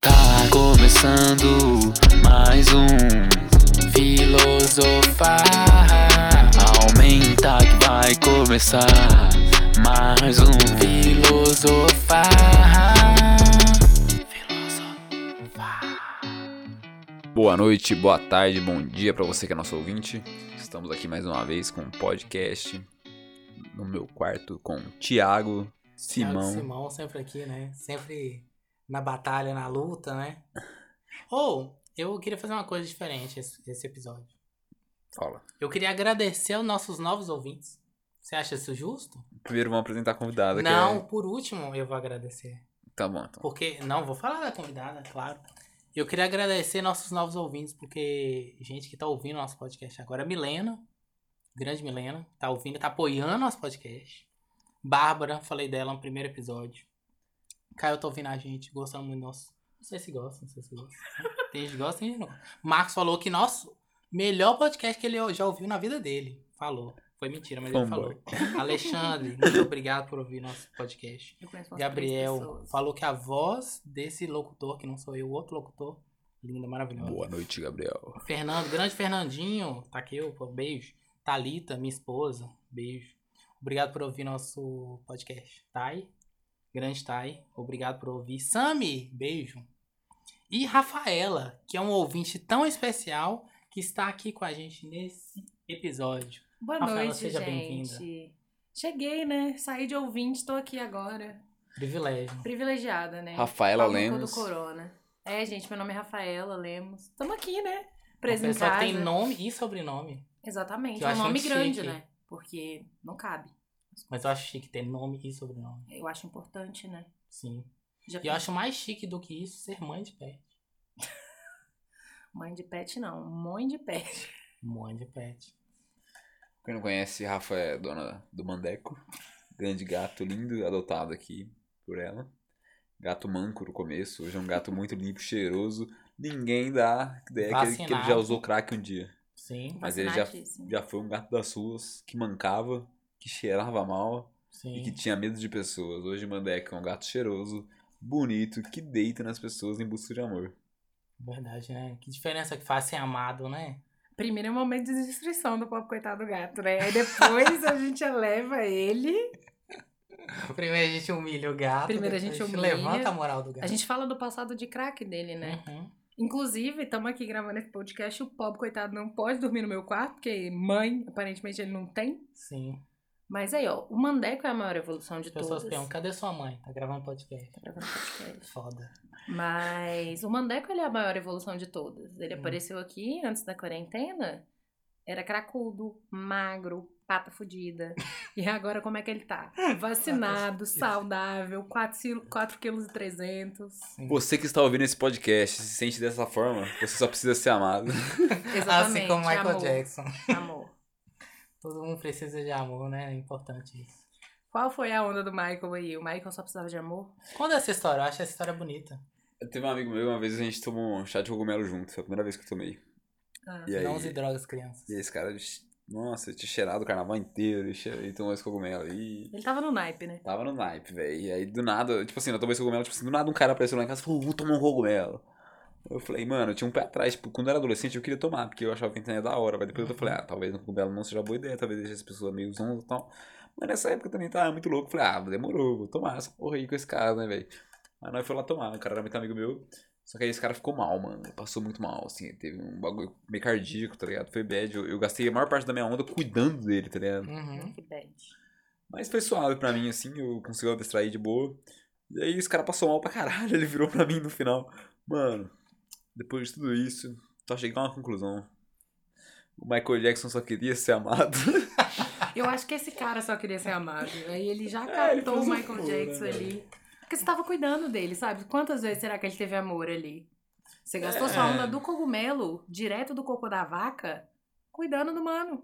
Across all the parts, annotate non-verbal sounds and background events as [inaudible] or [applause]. Tá começando mais um Filosofar, Aumenta que vai começar mais um filosofar. Boa noite, boa tarde, bom dia pra você que é nosso ouvinte. Estamos aqui mais uma vez com um podcast no meu quarto com o Thiago, Thiago Simão. Simão sempre aqui, né? Sempre na batalha, na luta, né? Ou, eu queria fazer uma coisa diferente esse, esse episódio. Fala. Eu queria agradecer aos nossos novos ouvintes. Você acha isso justo? Primeiro vamos apresentar a convidada. que Não, é- por último eu vou agradecer. Tá bom, então. Porque, não, vou falar da convidada, claro. Eu queria agradecer nossos novos ouvintes, porque gente que tá ouvindo nosso podcast agora, é Milena, grande Milena, tá ouvindo, tá apoiando nosso podcast. Bárbara, falei dela no primeiro episódio. Caio tá ouvindo a gente, gostando muito do nosso. Não sei se gosta, não sei se gosta. Tem gente que gosta, tem gente que não. Marcos falou que nosso melhor podcast que ele já ouviu na vida dele. Falou. Foi mentira, mas ele Fanboy. falou. Alexandre, muito obrigado por ouvir nosso podcast. Eu conheço umas três Gabriel pessoas. falou que a voz desse locutor, que não sou eu, o outro locutor, linda, maravilhosa. Boa noite, Gabriel. Fernando, grande Fernandinho, tá aqui, opa, beijo. Thalita, minha esposa, beijo. Obrigado por ouvir nosso podcast. Thay, grande Thay, obrigado por ouvir. Sami, beijo. E Rafaela, que é um ouvinte tão especial, que está aqui com a gente nesse episódio. Boa Rafaela, noite, seja gente. Cheguei, né? Saí de ouvinte, tô aqui agora. Privilégio. Privilegiada, né? Rafaela Pau no cu Lemos. do corona. É, gente, meu nome é Rafaela Lemos. Tamo aqui, né? Uma Presa em pessoa casa. que tem nome e sobrenome. Exatamente. Que eu É um acho nome muito grande, chique. né? Porque não cabe. Mas eu acho chique ter nome e sobrenome. Eu acho importante, né? Sim. Já E eu acho mais chique do que isso ser mãe de pet. Mãe de pet, não. Mãe de pet. Mãe de pet. Quem não conhece, Rafa é dona do Mandeco. Grande gato lindo, adotado aqui por ela. Gato manco no começo, hoje é um gato muito limpo, cheiroso. Ninguém dá ideia que ele- que ele já Vacinado. usou crack um dia. Sim, [laughs] Mas ele já- Vacinadíssimo. já foi um gato das ruas que mancava, que cheirava mal e que sim. tinha medo de pessoas. Hoje Mandeca é um gato cheiroso, bonito, que deita nas pessoas em busca de amor. Verdade, né? Que diferença que faz ser amado, né? Primeiro é o momento de destruição do pobre coitado do gato, né? Aí depois a gente [laughs] eleva ele Primeiro a gente humilha o gato. Primeiro a depois gente humilha. Levanta a moral do gato. A gente fala do passado de craque dele, né? Uhum. Inclusive, estamos aqui gravando esse podcast. O pobre, coitado, não pode dormir no meu quarto, porque mãe, aparentemente, ele não tem. Sim. Mas aí, ó, o Mandeco é a maior evolução de As pessoas todas. perguntam, cadê sua mãe? Tá gravando podcast. Tá gravando podcast. Foda. Assim Mas o Mandeco, ele é a maior evolução de todas. Ele Hum. apareceu aqui antes da quarentena, era cracudo, magro, pata [laughs] fodida. E agora, como é que ele tá? Vacinado, saudável, 4,3 quilos. Sim. Você que está ouvindo esse podcast, se sente dessa forma, você só precisa ser amado. Exatamente. Assim como Michael amor, Jackson. Amor. Todo mundo precisa de amor, né? É importante isso. Qual foi a onda do Michael aí? O Michael só precisava de amor? Conta essa história, eu acho essa história bonita. Teve um amigo meu, uma vez a gente tomou um chá de cogumelo junto, foi a primeira vez que eu tomei. Ah. E aí, Não use drogas, crianças. e aí esse cara, nossa, tinha cheirado o carnaval inteiro e, cheirou, e tomou esse cogumelo. E Ele tava no naipe, né? Tava no naipe, velho. E aí, do nada, tipo assim, eu tomei esse cogumelo, tipo assim, do nada um cara apareceu lá em casa e falou, vou tomar um cogumelo. Eu falei, mano, eu tinha um pé atrás, tipo, quando eu era adolescente eu queria tomar, porque eu achava que a da hora, mas depois eu falei, ah, talvez um cogumelo não seja boa ideia, talvez deixe as pessoas meio zonzas e tal. Mas nessa época eu também tava muito louco, falei, ah, demorou, vou tomar essa porra aí com esse cara, né, velho. Aí nós fomos lá tomar, o cara era muito amigo meu, só que aí esse cara ficou mal, mano, ele passou muito mal, assim, ele teve um bagulho meio cardíaco, tá ligado, foi bad, eu, eu gastei a maior parte da minha onda cuidando dele, tá ligado. Uhum. Que bad. Mas foi suave pra mim, assim, eu consegui abstrair de boa. E aí esse cara passou mal pra caralho, [laughs] ele virou pra mim no final. Mano, depois de tudo isso, só cheguei a uma conclusão. O Michael Jackson só queria ser amado. [laughs] Eu acho que esse cara só queria ser amado. Aí ele [laughs] já É, ele captou o fez um Michael furo, Jackson né, ali. Porque você tava cuidando dele, sabe? Quantas vezes será que ele teve amor ali? Você gastou sua É. onda do cogumelo, direto do cocô da vaca, cuidando do mano.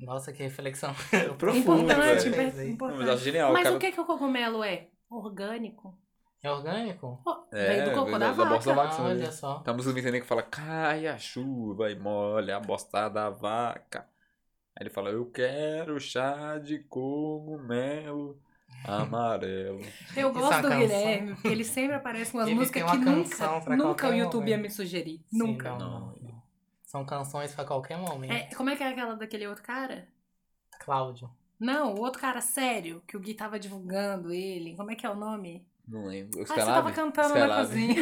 Nossa, [laughs] que reflexão. É Profundo, Importante, né? velho. velho. hiper- Não, Mas eu acho assim, importante. genial, Mas cara. o que, que o cogumelo é? Orgânico. É orgânico? Pô, É, veio do cocô veio da, da- da bosta da vaca. vaca. Ah, olha só. Tá a música do Nintendo que fala, cai a chuva e molha a bosta da [laughs] vaca. Aí ele fala, eu quero chá de cogumelo. Amarelo. Eu Isso é gosto uma do canção? Guilherme, porque ele sempre aparece com as Ele tem músicas uma que canção nunca, pra nunca o qualquer YouTube ia momento. me sugerir. Sim, nunca. não, não, não. São canções pra qualquer momento. É, como é que é aquela daquele outro cara? Cláudio. Não, o outro cara sério, que o Gui tava divulgando ele. Como é que é o nome? Não lembro. Ah, você tava cantando na [laughs] cozinha.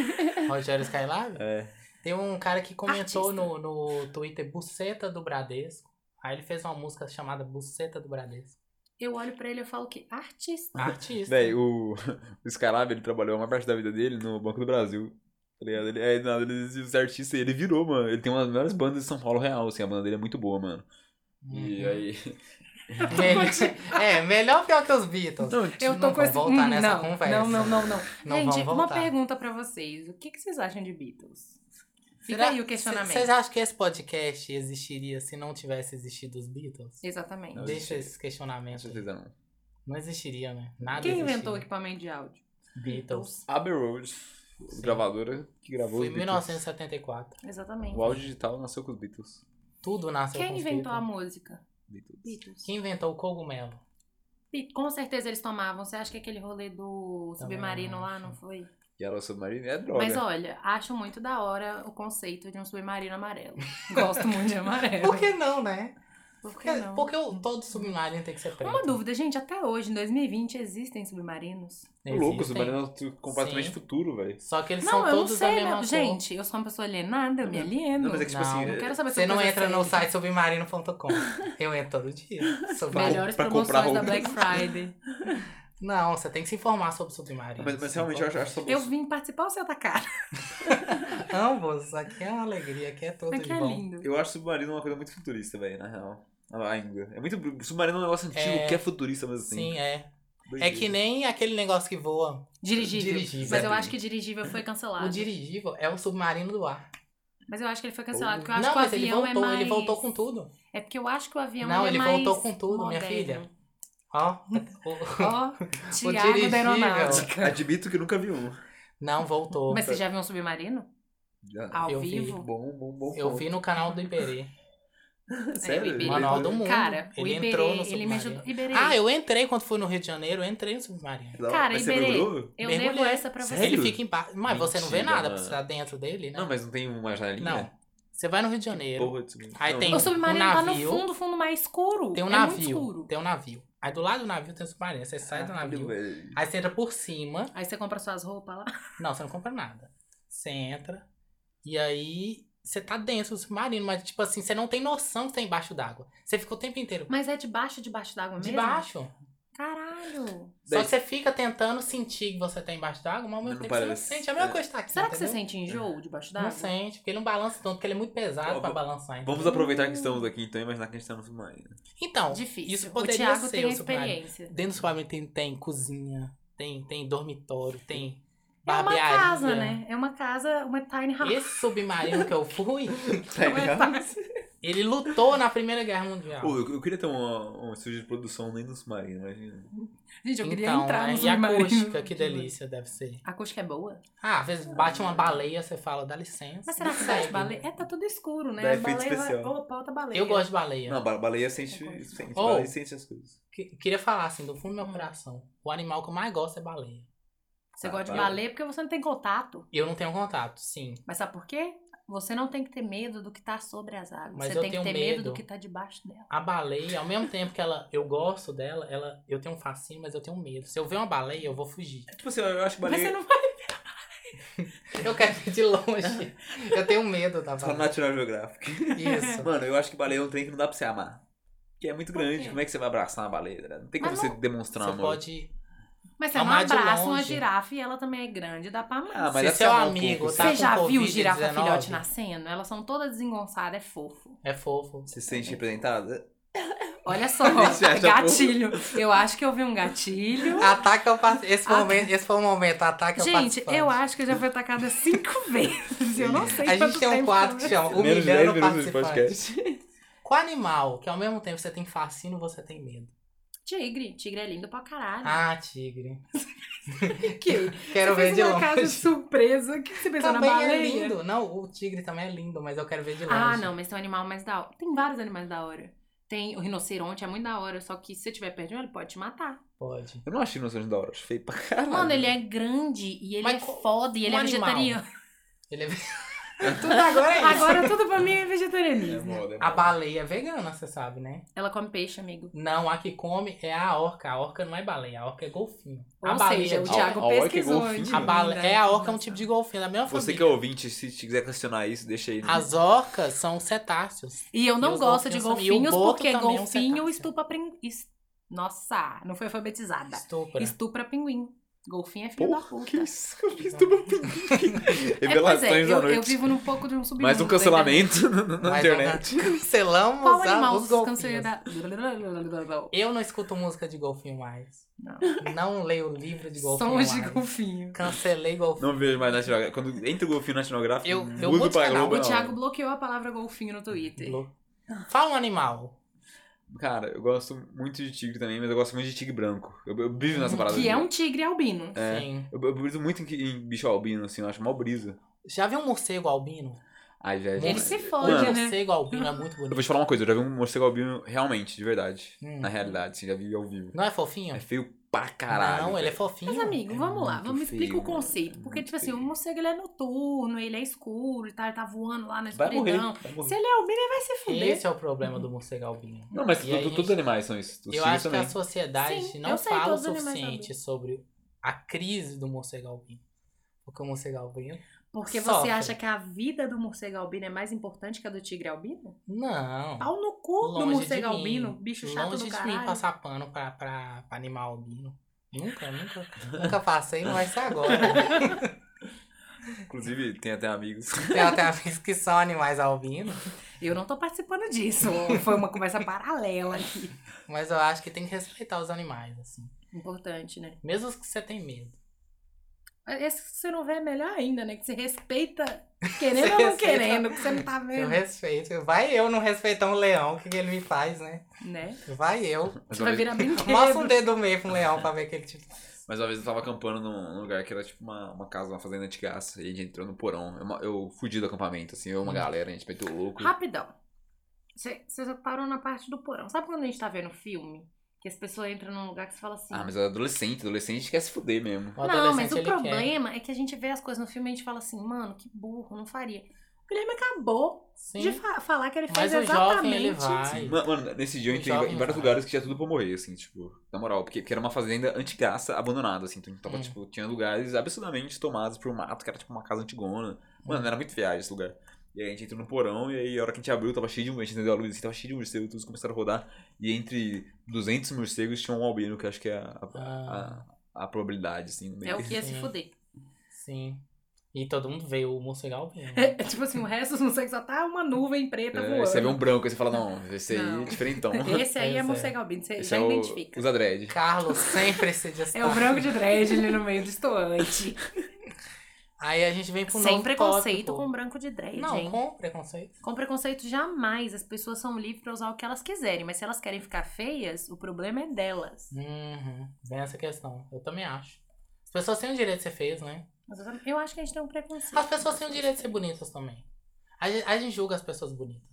Rogério Skylab? É. Tem um cara que comentou Artista. no, no Twitter Buceta do Bradesco. Aí ele fez uma música chamada Buceta do Bradesco. Eu olho pra ele e falo que [laughs] artista. Artista. Véi, o, [laughs] o Skylab, ele trabalhou a maior parte da vida dele no Banco do Brasil. Tá ligado? Ele, aí, do nada, ele desistiu de ser artista e ele virou, mano. Ele tem uma das melhores bandas de São Paulo real, assim. A banda dele é muito boa, mano. E Uhum. aí... [laughs] Melhor- é, melhor pior que [laughs] os Beatles. então, Eu Não tô com vamos esse... voltar Hum, nessa não, conversa. Não, não, não, não. Não Gente, vamos uma voltar. pergunta pra vocês. O que, que vocês acham de Beatles? Fica Será- aí o questionamento. Vocês acham que esse podcast existiria se não tivesse existido os Beatles? Exatamente. Não Deixa existiria. esse questionamento. Com certeza não. Não existiria, né? Nada Quem existiria. inventou o equipamento de áudio? Beatles? Abbey Road, gravadora que gravou Foi os em Beatles. 1974. Exatamente. O áudio digital nasceu com os Beatles. Tudo nasceu com Quem os inventou a Beatles. música? Beatles. Beatles. Quem inventou o cogumelo? E Com certeza eles tomavam. Você acha que aquele rolê do Também submarino lá acho. não foi? E a nossa submarina é droga. Mas olha, acho muito da hora o conceito de um submarino amarelo. [laughs] Gosto muito de amarelo. Por que não, né? Por Porque, que não? porque o- todo submarino tem que ser preto. Uma dúvida, gente, até hoje, em 2020, existem submarinos? Ô, louco, o Existem. submarino é um tu- completamente Sim. futuro, velho. Só que eles não, são eu não todos da sei, mesma né? cor. Gente, eu sou uma pessoa alienada, eu me alieno. Não, mas é que tipo Não. assim... Eu é- quero saber Você sobre não coisa entra no séria. site [laughs] submarino.com. Eu entro todo dia. Submarino. Melhores pra comprar um. promoções da roupa. Black Friday. [laughs] Não, você tem que se informar sobre submarino. assim, Mas, mas realmente eu acho, acho sobre Eu vim participar do seu atacar. Ambos, aqui é uma alegria, aqui é tudo Mas que de é bom. lindo. Tá Eu acho submarino uma coisa muito futurista, velho, na real. Ainda. É muito. Submarino é um negócio antigo É. que é futurista, mas assim. Sim, é. É doideira. que nem aquele negócio que voa. Dirigível. Dirigível. Mas eu acho que dirigível foi cancelado. O dirigível é o submarino do ar. Mas eu acho que ele foi cancelado, porque eu acho Não, que o mas ele avião voltou, é mais... ele voltou com tudo. É porque eu acho que o avião Não, é ele mais voltou com tudo, minha moderno. [laughs] Ó, Ó, Tiago dirigível. da aeronáutica. Ah, Admito que nunca vi um. não voltou. Mas você já viu um submarino? Já. Ao Eu vi. vivo? Bom, bom, bom. Ah, Eu bom. [laughs] vi um no canal do Iberê. É, o Sério? Iberê. Manual do mundo. Cara, o Ele Iberê, entrou no ele me submarino. ajudou. Iberê. Ah, eu entrei quando fui no Rio de Janeiro, eu entrei no submarino. Não, Cara, mas você Iberê. mergulhou? Eu Mergulhei. devo essa pra Sério? você. Ele fica embaixo. Mas você não vê Mentira, nada, mano. porque você tá dentro dele, né? Não, mas não tem uma janelinha? Não. Você vai no Rio de Janeiro, Porra de submarino. Aí Não, tem- O não. submarino um tá no navio. fundo, fundo mais escuro. tem um é Muito navio. escuro. Tem um navio. Aí do lado do navio tem o submarino. Você sai do Caralho, navio. velho. Aí você entra por cima. Aí você compra suas roupas lá. Não, você não compra nada. Você entra e aí você tá dentro do submarino, mas tipo assim, você não tem noção que tá embaixo d'água. Você fica o tempo inteiro Mas é debaixo, debaixo d'água mesmo? debaixo. Caralho. Só Daí- que você fica tentando sentir que você tá embaixo d'água, mas ao mesmo Não tempo você não parece. sente. É a mesma É. coisa que tá aqui. Será que você entendeu? sente enjoo debaixo Não d'água? sente, porque ele não balança tanto, porque ele é muito Ó, pesado pra va- balançar. entendeu? Vamos aproveitar que estamos aqui então e imaginar que a gente tá no submarino. Então, Difícil. isso o poderia Thiago ser tem o submarino. experiência. Dentro do submarino tem, tem cozinha, tem, tem dormitório, tem É uma barbearia. casa, né? É uma casa, uma tiny house. Esse submarino que eu fui, Tá Não é ligado? fácil. ele lutou na Primeira Guerra Mundial. Pô, eu, eu queria ter uma, uma estúdio de produção nem no submarino, imagina. Gente, eu queria Então, entrar né? no E a submarino. acústica, que delícia deve ser. A acústica é boa? Ah, às vezes bate uma baleia, você fala, dá licença. Mas será que Não faz segue. baleia? É, tá tudo escuro, né? Dá A efeito baleia vai... especial. Opa, outra baleia. Eu gosto de baleia. Não, ba- baleia sente, Concordo. sente, Oh. baleia sente as coisas. Que- Queria falar, assim, do fundo do Hum. meu coração. O animal que eu mais gosto é baleia. Você Ah, gosta de tá. baleia porque você não tem contato. Eu não tenho contato, sim. Mas sabe por quê? Você não tem que ter medo do que tá sobre as águas. Mas você eu tem que tenho ter medo. medo. do que tá debaixo dela. A baleia, ao mesmo tempo que ela, eu gosto dela, ela, eu tenho um fascínio, mas eu tenho medo. Se eu ver uma baleia, eu vou fugir. Tipo assim, eu acho que Mas baleia. você não vai. Eu quero ir de longe. Eu tenho medo da Só no baleia. Natural Geographic. Isso. Mano, eu acho que baleia é um trem que não dá pra você amar. Que é muito Por grande. quê? Como é que você vai abraçar uma baleia? né? Não tem como Mas você demonstrar Você amor. pode. Mas você não Amar de abraça uma longe. girafa e ela também é grande, dá pra amar. Ah, mas Se dá pra seu amar um amigo pouco, tá assim. Você já com viu girafa Covid-19? filhote nascendo? Elas são todas desengonçadas, é fofo. É fofo. Você se sente representada? [laughs] Olha só, Você acha gatilho. Eu acho que eu vi [laughs] um gatilho. Ataca o pass... esse, Ah. momento, esse foi o momento, ataca o Gente, participante. eu acho que eu já fui atacada cinco [laughs] vezes. Eu não sei A quanto gente tem um tempo quadro que foi. chama Menos 10 Humilhando o minutos de Participante. podcast. Qual animal que ao mesmo tempo você tem fascínio e você tem medo? Tigre. Tigre é lindo pra caralho. Ah, tigre. que? Quero ver você fez de uma casa de longe. surpresa. O que você pensou Também na é baleia? lindo. Não, o tigre também é lindo, mas eu quero ver de longe. Ah, não, mas tem um animal mais da hora. Tem vários animais da hora. Tem o rinoceronte, é muito da hora, só que se você tiver perto de um, ele pode te matar. Pode. Eu não achei noções da hora, acho feio pra caralho. Mano, ele é grande e ele Mas é co- foda e ele um é animal. vegetariano. Ele [laughs] é. Tudo agora é isso. Agora tudo pra mim é É vegetarianismo. moda, é A moda. baleia é vegana, você sabe, né? Ela come peixe, amigo. Não, a que come é a orca. A orca não é baleia, a orca é golfinho. Ou a baleia seja, o de- Thiago A- a orca é pesquisou. golfinho. de né? a bale... verdade. É, a orca é um tipo de golfinho, da mesma Você família. que é ouvinte, se quiser questionar isso, deixa aí. né? As orcas são cetáceos. E eu E não os gosto de golfinhos também. E o golfinhos boto porque também é um golfinho cetáceo. estupa prin... es- Nossa, não foi alfabetizada. Estupra. Estupra pinguim. Golfinho é filho da Porra, puta. [laughs] que isso? Eu fiz tudo É, pois é, Revelações da eu, eu noite. vivo num pouco de um submundo. Mais um da internet. cancelamento [laughs] na- [laughs] na Mais internet. um- [laughs] Cancelamos Qual a- animal os golfinhos. cancela? Eu não escuto música de golfinho mais. Não. Não leio livro de golfinho né? Somos de mais. golfinho. Cancelei golfinho. Não vejo mais na National Quando entra o golfinho na National Graphic, Eu- eu mudo mudo pra de canal. Globo. O na Thiago hora. bloqueou a palavra golfinho no Twitter. Lo- Fala um animal. Cara, eu gosto muito de tigre também, mas eu gosto muito de tigre branco. Eu, eu briso Hum, nessa parada. Que de- é um tigre albino. É. Sim. Eu, eu briso muito em, em bicho albino, assim, eu acho mó brisa. Já viu um morcego albino? Ai, já, já. Ele se fode, Mano, um né? morcego albino é muito Eu bonito. vou te falar uma coisa, eu já vi um morcego albino realmente, de verdade. Hum. Na realidade, assim, já vi ao vivo. Não é fofinho? É feio pra caralho. não, ele é né? velho. fofinho. Mas, amigo, é vamos lá, muito vamos explicar o feio, conceito. mano, é Porque, muito tipo assim, o feio. morcego ele é noturno, ele é escuro e tal, ele tá voando lá na Vai morrer, escuridão. vai morrer. Se ele é albino, ele vai se fuder. Esse é o problema Uhum. do morcego albino. Não, mas E tu- aí, tu- todos os gente, animais são isso. Os Eu tigres acho também. que a sociedade Sim, eu não sei, fala o todos os animais suficiente sobre a crise do morcego albino. Porque o morcego albino. Porque você Sofre. acha que a vida do morcego albino é mais importante que a do tigre albino? Não. Pau no cu do Longe de morcego mim. albino, bicho chato Longe do de mim caralho. passar pano pra, pra, pra animal albino. Nunca, nunca. nunca passei, não vai ser agora. [laughs] Inclusive, tem até [laughs] amigos. Tem até amigos que são animais albinos. Eu não tô [laughs] participando disso. Foi uma conversa paralela aqui. Mas eu acho que tem que respeitar os animais, assim. Importante, né? Mesmo os que você tem medo. Esse que você não vê é melhor ainda, né? Que você respeita, querendo Você ou não respeita. querendo, que você não tá Eu vendo. respeito. Vai eu não respeitar um leão, o que, que ele me faz, né? Né? Vai eu. Mas Você uma vai vez- virar brinquedo. Mostra um dedo meio pra um leão pra ver que ele te Mas uma vez eu tava acampando num num lugar que era tipo uma, uma casa, uma fazenda antigaça, e a gente entrou no porão. Eu, ma- eu fugi do acampamento, assim, Hum. eu e uma galera, a gente meteu o louco. Rapidão. Você você já parou na parte do porão. Sabe quando a gente tá vendo filme? Que as pessoas entram num lugar que você fala assim. Ah, mas é adolescente, adolescente quer se fuder mesmo. O um não, adolescente, mas o ele quer. problema é que a gente vê as coisas no filme e a gente fala assim, mano, que burro, não faria. O Guilherme acabou Sim. de fa- falar que ele Mas fez o jovem, exatamente. ele vai. Ma- Mano, nesse dia eu O entrei em va- jovem em vários vai. lugares que tinha tudo pra morrer, assim, tipo, na moral, porque, porque era uma fazenda antigaça, abandonada, assim, então tava, Hum. tipo, tinha lugares absurdamente tomados por mato, que era tipo uma casa antigona. Mano, Hum. era muito viagem esse lugar. E aí a gente entrou no porão, e aí a hora que a gente abriu, tava cheio de a gente acendeu a luz, assim, tava cheio de morcegos, todos começaram a rodar, e entre 200 morcegos tinha um albino, que eu acho que é a, a- Ah. a, a probabilidade, assim, no meio. É o que ia se Sim. fuder. Sim. E todo mundo vê o morcego albino. É, tipo assim, o resto não sei que só tá uma nuvem preta É, voando. você vê um branco, aí você fala, não, esse aí Não. é [laughs] diferentão. Esse aí é, Pois é. morcego albino, você Esse já é o, identifica. os adred. Carlos sempre se destaca. [laughs] É o branco de dread ali no meio do [laughs] estoante. Aí a gente vem pro Sem novo preconceito com tópico. branco de dread, Não, hein? com preconceito. Com preconceito jamais, as pessoas são livres pra usar o que elas quiserem, mas se elas querem ficar feias, o problema é delas. Uhum. Vem essa questão. Eu também acho. As pessoas têm o direito de ser feias, né? Mas eu tam- eu acho que a gente tem um preconceito. As pessoas têm o direito de ser bonitas também. A gente, a gente julga as pessoas bonitas.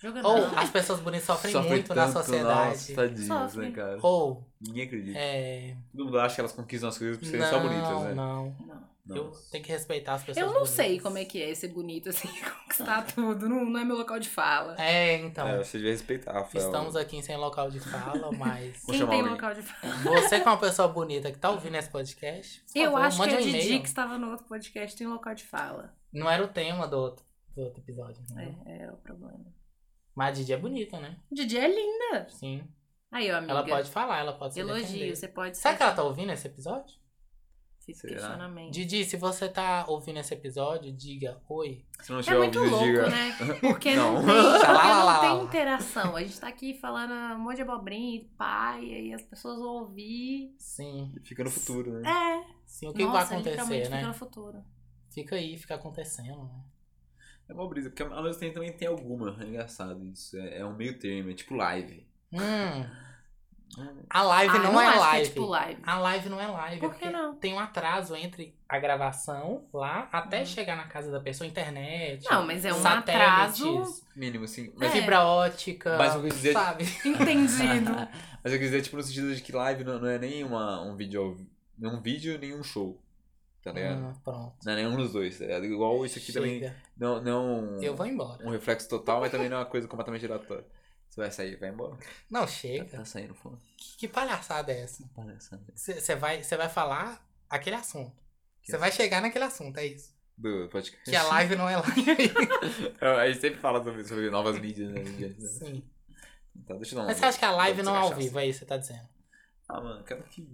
Joga Ou Oh. não. as pessoas bonitas sofrem Sofre muito na tanto, sociedade. Nossa, tadinhas, Sofre. né, cara? Ou, Ninguém acredita. é. Todo mundo acha que elas conquistam as coisas por serem não, só bonitas, né? não. Não. Eu Nossa. tenho que respeitar as pessoas Eu não bonitas. sei como é que é ser bonito assim, [laughs] conquistar tudo, não, não é meu local de fala. É, então. É, você devia respeitar, Rafael. Estamos aqui sem local de fala, mas. Vou Quem chamar tem alguém. local de fala? Você que é uma pessoa bonita que tá ouvindo esse podcast, por Eu favor, acho que é mande a um Didi, e-mail. que estava no outro podcast, tem local de fala. Não era o tema do outro, do outro episódio. entendeu? É, é o problema. Mas a Didi é bonita, né? Didi é linda. Sim. Aí, ó, amiga. Ela pode falar, ela pode se Elogio, defender. você pode Será que ela tá ouvindo esse episódio? Fiz Será? questionamento. Didi, se você tá ouvindo esse episódio, diga oi. Se não É tiver muito ouvido, louco, diga. né? Porque Não. [laughs] não, tem, porque Lá, lá, não lá, tem lá. interação. A gente tá aqui falando um monte de abobrinha e pai, e aí as pessoas vão ouvir. Sim. Fica no futuro, né? É. Sim, o que Nossa, vai literalmente acontecer, fica né? no futuro. Fica aí, fica acontecendo, né? É uma brisa, porque ao mesmo tempo também tem alguma. É engraçado isso. É, é um meio termo, é tipo live. Hum, A live Ah, não, eu é acho que live. tipo live. A live não é live. Por que porque não? Tem um atraso entre a gravação lá até chegar na casa da pessoa, internet. Hum. Não, mas é um satélites, [laughs] atraso Mínimo, sim. É. Mas, Fibra ótica. Mas eu quis dizer- [laughs] Sabe? entendido. mas eu quis dizer, tipo, no sentido de que live não, não é nem uma, um vídeo ao vi- nem um vídeo, nem um show. Tá ligado? Hum, pronto. Não é nenhum dos dois, tá ligado? Igual isso aqui também. é. Chega. Não, não um, Eu vou embora. um reflexo total, mas também não é uma coisa completamente giratória. Você vai sair, vai embora. Não, Tá, chega. tá saindo fora. Que, que palhaçada é essa? Parece, né? Você vai, cê vai falar aquele assunto. Que Você vai chegar naquele assunto, é isso. Do podcast. [laughs] Que a live não é live. A gente sempre fala sobre, sobre novas mídias, né? hoje em dia. Sim. Tá, deixa eu dar um. Mas você acha que a live Deve não é ser ao cachaça. vivo, é isso que você tá dizendo? Ah, mano, cara que.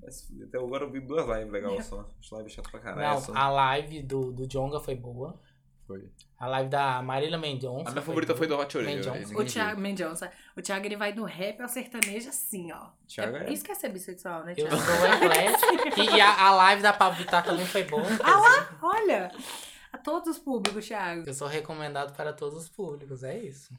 vai se fuder. Até agora eu vi duas lives legal só. As lives chatas pra caralho. Não, Ah, é só. a live do, do Jonga foi boa. Foi. A live da Marília Mendonça. A minha favorita foi do Hot Orelha. Mendião. esse O ninguém viu. Thiago Mendonça. O Thiago ele vai do rap ao sertanejo assim, ó. Thiago É- é- Isso que é ser bissexual, né, Eu [laughs] Thiago? sou eclético. Tipo, E a, a live da Pablo Vittar também foi boa. Ah lá, olha! A todos os públicos, Thiago. assim, Eu sou recomendado para todos os públicos, é isso.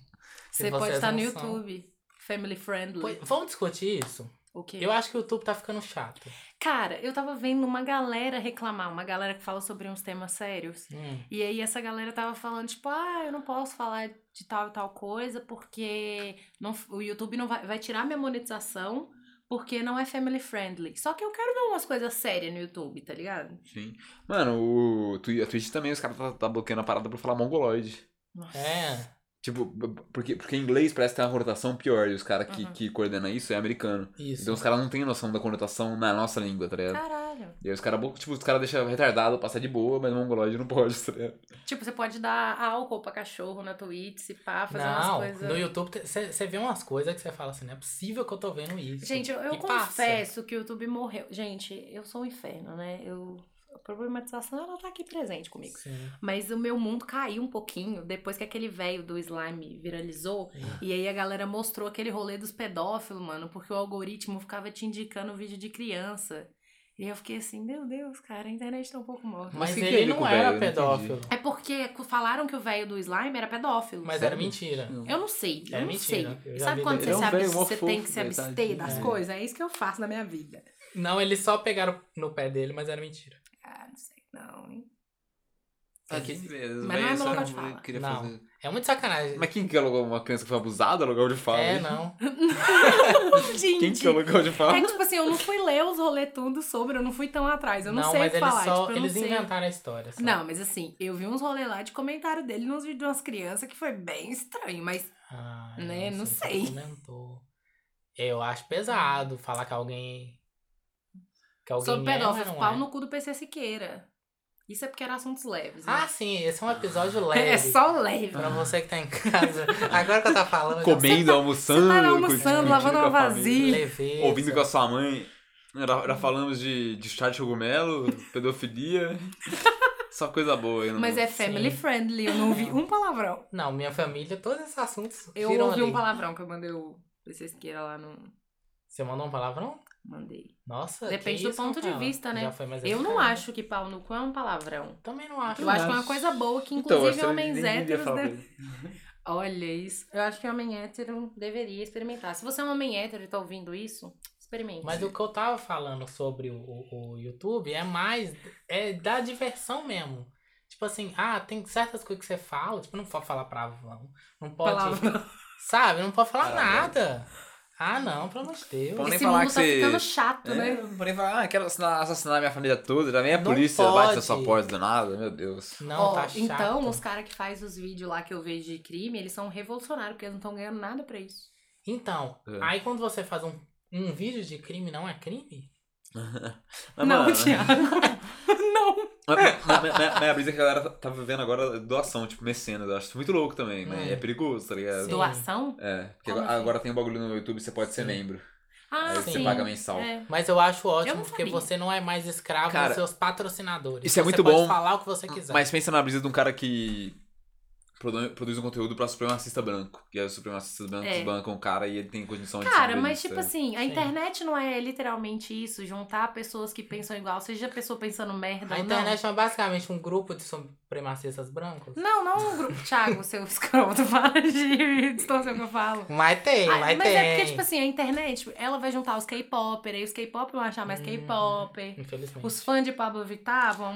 Você vocês pode estar no não são. YouTube. Family friendly. Pois- vamos discutir isso? O quê? Eu acho que o YouTube tá ficando chato. Cara, eu tava vendo uma galera reclamar, uma galera que fala sobre uns temas sérios. Hum. E aí essa galera tava falando, tipo, ah, eu não posso falar de tal e tal coisa, porque não, o YouTube não vai, vai tirar minha monetização, porque não é family friendly. Só que eu quero ver umas coisas sérias no YouTube, tá ligado? Sim. Mano, o, Twi- a Twitch também, os caras tá, tá bloqueando a parada pra falar mongoloide. Nossa. É. Tipo, b- b- porque, porque em inglês parece que tem uma conotação pior e os caras que, Uhum. que coordenam isso é americano. Isso. Então os caras não têm noção da conotação na nossa língua, tá ligado? Caralho. E aí os caras, tipo, os caras deixam retardado passar de boa, mas mongoloide não pode, tá ligado? Tipo, você pode dar álcool pra cachorro na Twitch, se pá, fazer Tá umas Não, coisas. no YouTube você vê umas coisas que você fala assim, não é possível que eu tô vendo isso. Gente, eu, eu E passa. confesso que o YouTube morreu. Gente, eu sou um inferno, né? Eu, a problematização, ela tá aqui presente comigo. Sim. Mas o meu mundo caiu um pouquinho depois que aquele velho do slime viralizou. É. E aí a galera mostrou aquele rolê dos pedófilos, mano, porque o algoritmo ficava te indicando vídeo de criança. E eu fiquei assim, meu Deus, cara, a internet tá um pouco morta. Mas que que é ele ele não com era velho? Eu não entendi. pedófilo. É porque falaram que o velho do slime era pedófilo. Mas Sério? era mentira. Eu não sei, eu É não mentira, sei. eu já Sabe vi quando daí. você, Ele é um se velho abster, mó você fofo, tem que se velho, abster tadinho. das É. coisas? É isso que eu faço na minha vida. Não, eles só pegaram no pé dele, mas era mentira. Ah, não sei não, hein? beleza. Mas não é meu local de fala. Não. É muito sacanagem. Mas quem que alugou uma criança que foi abusada alugou de fala? é, hein? não. Gente, Quem que alugou de fala? é que, tipo assim, eu não fui ler os rolê tudo sobre, eu não fui tão atrás, eu não, sei mas falar, eles só. tipo, eu eles não sei. inventaram a história. só. Não, mas assim, eu vi uns rolê lá de comentário dele nos vídeos de umas crianças que foi bem estranho, mas Ah, Né, eu não você sei. Hum. Comentou. Eu acho pesado falar que alguém. Que alguém sobre é, mas pedófilos, não pau é. no cu do PC Siqueira. Isso é porque era assuntos leves, né? Ah, sim, esse é um episódio leve. [laughs] é só leve. Pra você que tá em casa. Agora que eu tô falando. Comendo, almoçando. Você tá lá curtindo, almoçando, curtindo lavando com a uma família. vasilha. Leveza. Ouvindo com a sua mãe. Já, já falamos de, de chá de cogumelo, [laughs] pedofilia. Só coisa boa aí, não. Mas é family Sim. friendly, eu não ouvi um palavrão. Não, minha família, todos esses assuntos. Eu giram ouvi ali. um palavrão que eu mandei o PC Siqueira lá no... Você mandou um palavrão? Mandei. Nossa. Depende que do isso, ponto de Rafaela? vista, né? Já foi mais Eu não educada. acho que pau no cu é um palavrão. Também não acho. Eu acho que é uma acho. coisa boa que, Então, inclusive, essa eu homens nem devia héteros... falar de- pra ele. Olha isso. Eu acho que o homem hétero deveria experimentar. Se você é um homem hétero e tá ouvindo isso, experimente. Mas o que eu tava falando sobre o, o, o YouTube é mais. É da diversão mesmo. Tipo assim, ah, tem certas coisas que você fala, tipo, não pode falar palavrão. Não pode. Palavrão. [laughs] Sabe? Não pode falar Palavrão. nada. Ah, não, pelo amor de Deus. Pode nem Esse falar mundo que tá você- ficando chato, É, né? não Porém, falar, ah, quero assassinar, assassinar minha família toda, já vem a Não polícia, pode. bate na sua porta do nada, meu Deus. Não, Ó, tá chato. Então, os caras que faz os vídeos lá que eu vejo de crime, eles são revolucionários, porque eles não estão ganhando nada pra isso. Então, É. aí quando você faz um, um vídeo de crime, não é crime? Mas, não, mano, Thiago. [laughs] não. Mas, mas, mas- mas a brisa que a galera tá vivendo agora é doação, tipo, mecenas. Eu acho isso muito louco também, mas Hum. é perigoso, tá ligado? Sim. [laughs] Doação? É, porque Como agora, assim? agora tem um bagulho no YouTube, você pode ser Sim. membro. Ah, aí sim. você paga mensal. É. Mas eu acho Eu ótimo, não porque sabia. você não é mais escravo Cara, dos seus patrocinadores. isso é você muito pode bom, falar o que você quiser. Mas pensa na brisa de um cara que. produ- produz um conteúdo pra supremacista branco. E aí os supremacistas brancos É. bancam o cara e ele tem condição de Cara, sobreviver, né? mas tipo sabe? assim, a Sim. internet não é literalmente isso, juntar pessoas que pensam igual, seja a pessoa pensando merda A ou internet é basicamente um grupo de supremacistas brancos. não. Não, não um grupo. Thiago, seu escroto, [laughs] para de distorcer o que eu falo. Mas tem, Ah, mas, mas tem. é porque, tipo assim, a internet, ela vai juntar os K-popper, aí os K-pop vão achar mais Hum. K-pop. Infelizmente. assim, Os fãs de Pablo Vittar vão,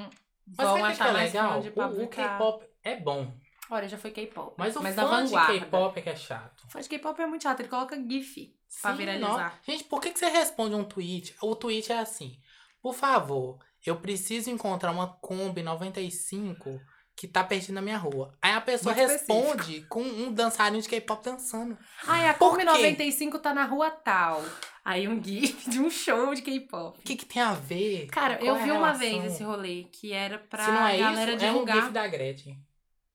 mas vão sabe o que achar é mais legal? fã de Pablo O, o Vittar. K-pop é bom. Olha, já foi K-pop. Mas o mas da fã de vanguarda. K-pop é que é chato. O fã de K-pop é muito chato, ele coloca GIF. Pra Sim, viralizar. não. Gente, por que, que você responde um tweet? O tweet é assim. Por favor, eu preciso encontrar uma Kombi 95 que tá perdida na minha rua. Aí a pessoa Muito específico. responde com um dançarino de K-pop dançando. Ai, a Ah, Por Kombi quê? 95 tá na rua tal. Aí um GIF de um show de K-pop. O que, que tem a ver? Cara, Qual eu é a vi uma relação? vez esse rolê que era pra Se não é galera isso, é um divulgar. GIF da Gretchen.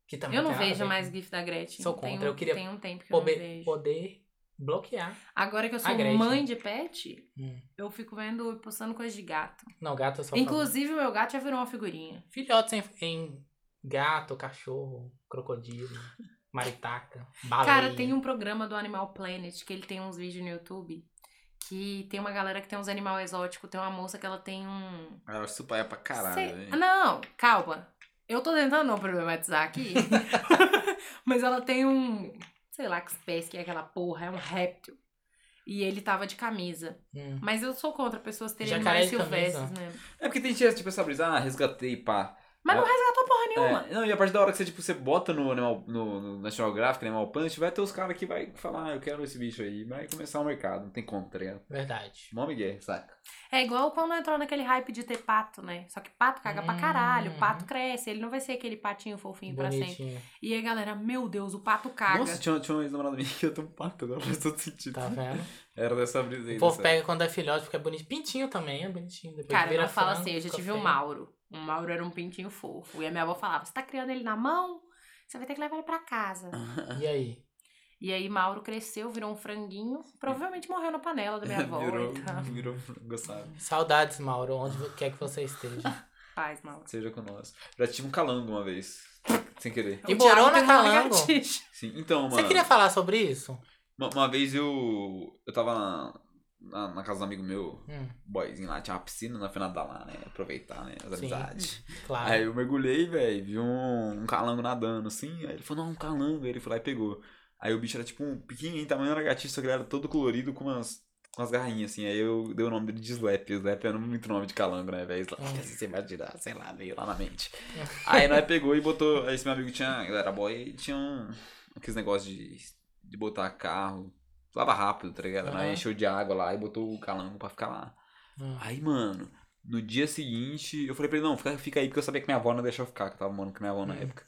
Que também eu não tem nada a vejo ver. mais GIF da Gretchen. Sou Tem contra, um- eu queria Tem um tempo que eu não Poder, vejo. poder bloquear. Agora que eu sou A Gretchen. mãe de pet, Hum. eu fico vendo e postando coisa de gato. Não, gato é só. Inclusive, o meu gato já virou uma figurinha. Filhotes em, em gato, cachorro, crocodilo, maritaca, baleia. Cara, tem um programa do Animal Planet que ele tem uns vídeos no YouTube que tem uma galera que tem uns animais exóticos. Tem uma moça que ela tem um. Ah, Eu acho isso paia pra Sei- caralho, hein? Não, calma. Eu tô tentando não problematizar [laughs] aqui. [laughs] Mas ela tem um. Sei lá que espécie que é aquela porra, é um réptil. E ele tava de camisa. Hum. Mas eu sou contra pessoas terem Jacaré mais de silvestres, camisa. né? É porque tem gente tipo essa brisa, ah, resgatei, pá. Mas não É. resgatou porra nenhuma. É, não, e a partir da hora que você, tipo, você bota no, Animal, no, no National Graphic, Animal Punch, vai ter os caras que vai falar, ah, eu quero esse bicho aí, vai começar o mercado, não tem como, tá ligado? Verdade. Mó migué, saca? É. igual quando entrou naquele hype de ter pato, né? Só que pato caga pra caralho, Hum. pato cresce, ele não vai ser aquele patinho fofinho pra sempre. Bonitinho. E aí, galera, meu Deus, o pato caga. Nossa, tipo, tinha, tinha uma ex-namorada minha que eu tô um pato, agora faz todo sentido. Tá [laughs] vendo? Era dessa brisa aí. O povo dessa- pega quando é filhote, porque é bonito. Pintinho também é bonitinho. Depois Cara, vira não fala frango, assim, eu já fica tive um feio. Mauro. Um Mauro era um pintinho fofo. E a minha avó falava: você tá criando ele na mão? Você vai ter que levar ele pra casa. E aí? E aí Mauro cresceu, virou um franguinho. Provavelmente morreu na panela da [laughs] [laughs] minha avó. virou, um Então, virou gostado. Saudades, Mauro, onde quer que [laughs] você esteja. paz, Mauro. Seja com nós. Já tive um calango uma vez. Sem querer. E O diabo morou na tem um nome Calango? gatilho. Sim, então, mano. Você queria falar sobre isso? Uma, uma vez eu. Eu tava na, na, na casa do amigo meu, Hum, boyzinho lá, tinha uma piscina na Fernanda lá, né? Aproveitar, né? As Sim. amizades. claro. Aí eu mergulhei, velho, vi um, um calango nadando, assim. Aí ele falou, não, um calango. Aí ele foi lá e pegou. Aí o bicho era tipo um pequenininho, tamanho era gatinho, só que ele era todo colorido com umas, com umas garrinhas, assim. Aí eu dei o nome dele de Slap. Slap era muito nome de calango, né, velho? Slap, Hum. assim, você vai tirar, sei lá, veio lá na [laughs] mente. Aí nós pegou e botou. Aí esse meu amigo tinha, ele era boy, e tinha um, aqueles negócios de, de botar carro. Lava rápido, tá ligado? Nós Aham. encheu de água lá e botou o calango pra ficar lá. Hum. Aí, mano, no dia seguinte, eu falei pra ele, não, fica, fica aí, porque eu sabia que minha avó não deixava eu ficar, que eu tava morando com minha avó na Hum. época.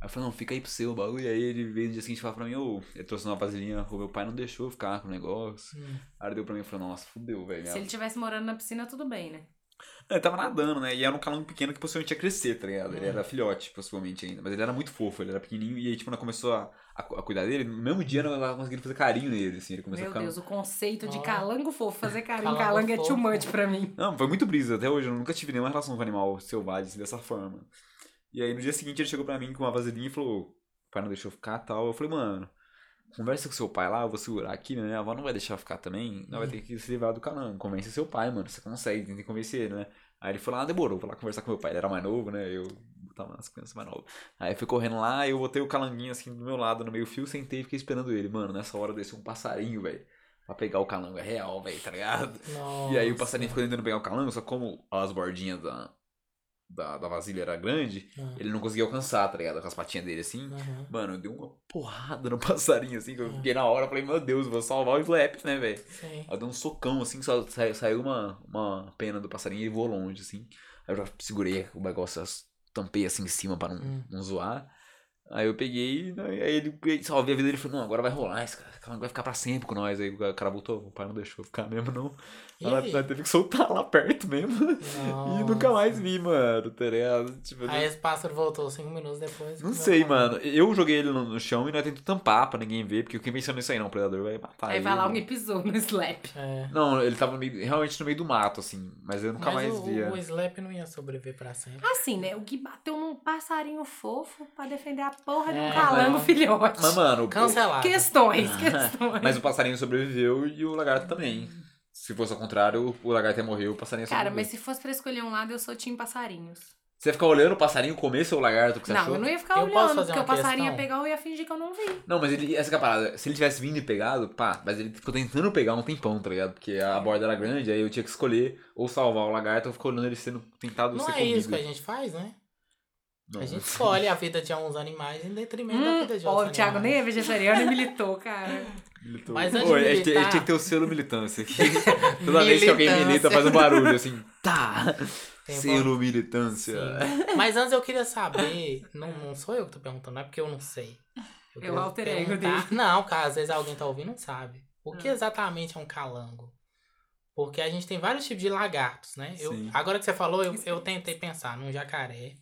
Aí eu falei, não, fica aí pro seu bagulho. Aí ele veio no dia seguinte e falou pra mim, ô, eu trouxe uma vasilhinha, o meu pai não deixou eu ficar com o negócio. Hum. Aí ele deu pra mim e falou, nossa, fudeu, velho. Se ele Ele... tivesse morando na piscina, tudo bem, né? ele tava nadando, né? E era um calango pequeno que possivelmente ia crescer, tá ligado? Ele Hum. era filhote, possivelmente ainda. Mas ele era muito fofo, ele era pequenininho. E aí, tipo, ela começou a, a, cu- a cuidar dele. No mesmo dia, né, ela conseguiu fazer carinho nele, assim. Ele começou Meu a ficar Deus, o conceito de Ó. calango fofo, fazer carinho em Calango calango é too fofo. much pra mim. Não, foi muito brisa. Até hoje eu nunca tive nenhuma relação com animal selvagem assim, dessa forma. E aí no dia seguinte ele chegou pra mim com uma vasilhinha e falou: o pai não deixou eu ficar tal. Eu falei, mano, conversa com seu pai lá, eu vou segurar aqui, né? Minha avó não vai deixar eu ficar também. Não vai ter que se livrar do canão. Convence seu pai, mano. Você consegue, tenta convencer ele, né? Aí ele foi lá, demorou, vou lá conversar com meu pai. Ele era mais novo, né? Eu tava nas crianças mais novas. Aí eu fui correndo lá, eu botei o calanguinho assim do meu lado, no meio fio, sentei e fiquei esperando ele. Mano, nessa hora desceu um passarinho, velho. Pra pegar o calango, é real, velho, tá ligado? E aí o Hum, Nossa. passarinho ficou tentando pegar o calango, só que como as bordinhas da, da, da vasilha era grande, Ah, ele não conseguia alcançar, tá ligado? Com as patinhas dele assim. aham. Mano, deu uma porrada no [laughs] passarinho, assim, que eu fiquei na hora, falei, meu Deus, vou salvar o Slap, né, velho? Sim. Aí deu um socão, assim, só saiu, saiu uma, uma pena do passarinho e ele voou longe, assim. Aí eu já segurei o negócio, as- tampei assim em cima pra não, Hum. não zoar. Aí eu peguei, né, aí ele ele salvei a vida dele e falou, não, agora vai rolar, esse cara- esse cara vai ficar pra sempre com nós. Aí o cara voltou, o pai não deixou eu ficar mesmo, não. E Ela, aí? ela teve que soltar lá perto mesmo. [laughs] E nunca mais vi, mano, tá ligado? Tipo, eu Aí esse pássaro voltou cinco minutos depois. não sei, mano. Eu joguei ele no, no chão e nós tentamos tampar pra ninguém ver, porque quem pensou nisso aí não, o predador vai um matar Aí ele. vai lá, alguém pisou no slap. É. Não, ele tava no meio- realmente no meio do mato, assim, mas eu nunca Mas mais o, via. o Slap não ia sobreviver pra sempre. Assim, né? O Gui bateu num passarinho fofo pra defender a porra de um É, calango mas- [laughs] filhote. Mas, mano. o- Cancelado. Questões, questões. Mas o passarinho sobreviveu e o lagarto também. Se fosse ao contrário, o lagarto ia morrer e o passarinho ia Cara, sobreviveu. mas se fosse pra escolher um lado, eu sou time passarinhos. Você ia ficar olhando o passarinho comer seu lagarto que você não, achou? eu não ia ficar Eu posso olhando, fazer porque o uma passarinho ia questão? pegar, eu ia fingir que eu não vi. Não, mas ele, essa que é a parada. Se ele tivesse vindo e pegado, pá, mas ele ficou tentando pegar um tempão, tá ligado? Porque a borda era grande, aí eu tinha que escolher ou salvar o lagarto ou ficar olhando ele sendo tentado Não ser é comido. isso que a gente faz, né? Não, A gente mas- escolhe a vida de uns animais em detrimento da Hum, vida de ó, outros o Thiago nem animais. é vegetariano e militou, cara. [laughs] Militou. Mas antes Pô, de a gente- a gente militar- tinha que ter o selo militância aqui. [laughs] Toda vez que alguém milita, Militância. faz um barulho assim. Tá! [laughs] Tem Selo militância. Ah, assim. Sim. Mas antes eu queria saber, não, não sou eu que tô perguntando, não é porque eu não sei. É queria o Hum. alter ego perguntar- Não, cara, às vezes alguém tá ouvindo e não sabe. O que exatamente é um calango? Porque a gente tem vários tipos de lagartos, né? Eu- Sim. agora que você falou, eu, eu tentei pensar num jacaré,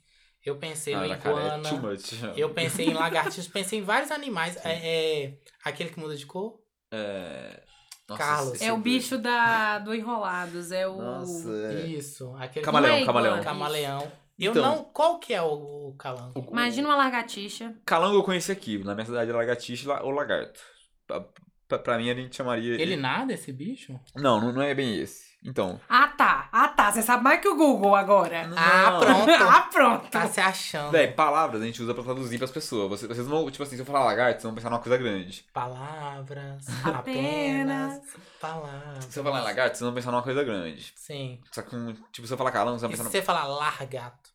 eu pensei Ah, no jacaré é iguana, too much. eu pensei em lagartixas, pensei em vários animais. É, é aquele que muda de cor? É... Nossa, Carlos. esse É o doido. bicho da, do Enrolados, é o... Nossa, é. Isso, aquele que- Camaleão, Não é camaleão. iguana. camaleão. Eu Então. não, qual que é o, o calango? O- Imagina uma largatixa. Calango eu conheci aqui, na minha cidade era lagartixa e la- ou lagarto. Pra, pra, pra mim a gente chamaria. Ele nada, esse bicho? Não, não, não é bem esse. Então. Ah, tá. Ah, tá. Você sabe mais que o Google agora. Ah, Não. pronto. [laughs] [laughs] ah, pronto. Tá se achando. Véi, palavras a gente usa pra traduzir pras pessoas. Vocês, vocês não, tipo assim, se eu falar lagarto, vocês vão pensar numa coisa grande. Palavras, Apenas. apenas, palavras. Se eu falar lagarto, vocês vão pensar numa coisa grande. Sim. Só que, um- tipo, se eu falar calango, vocês E vão se pensar você falar largato?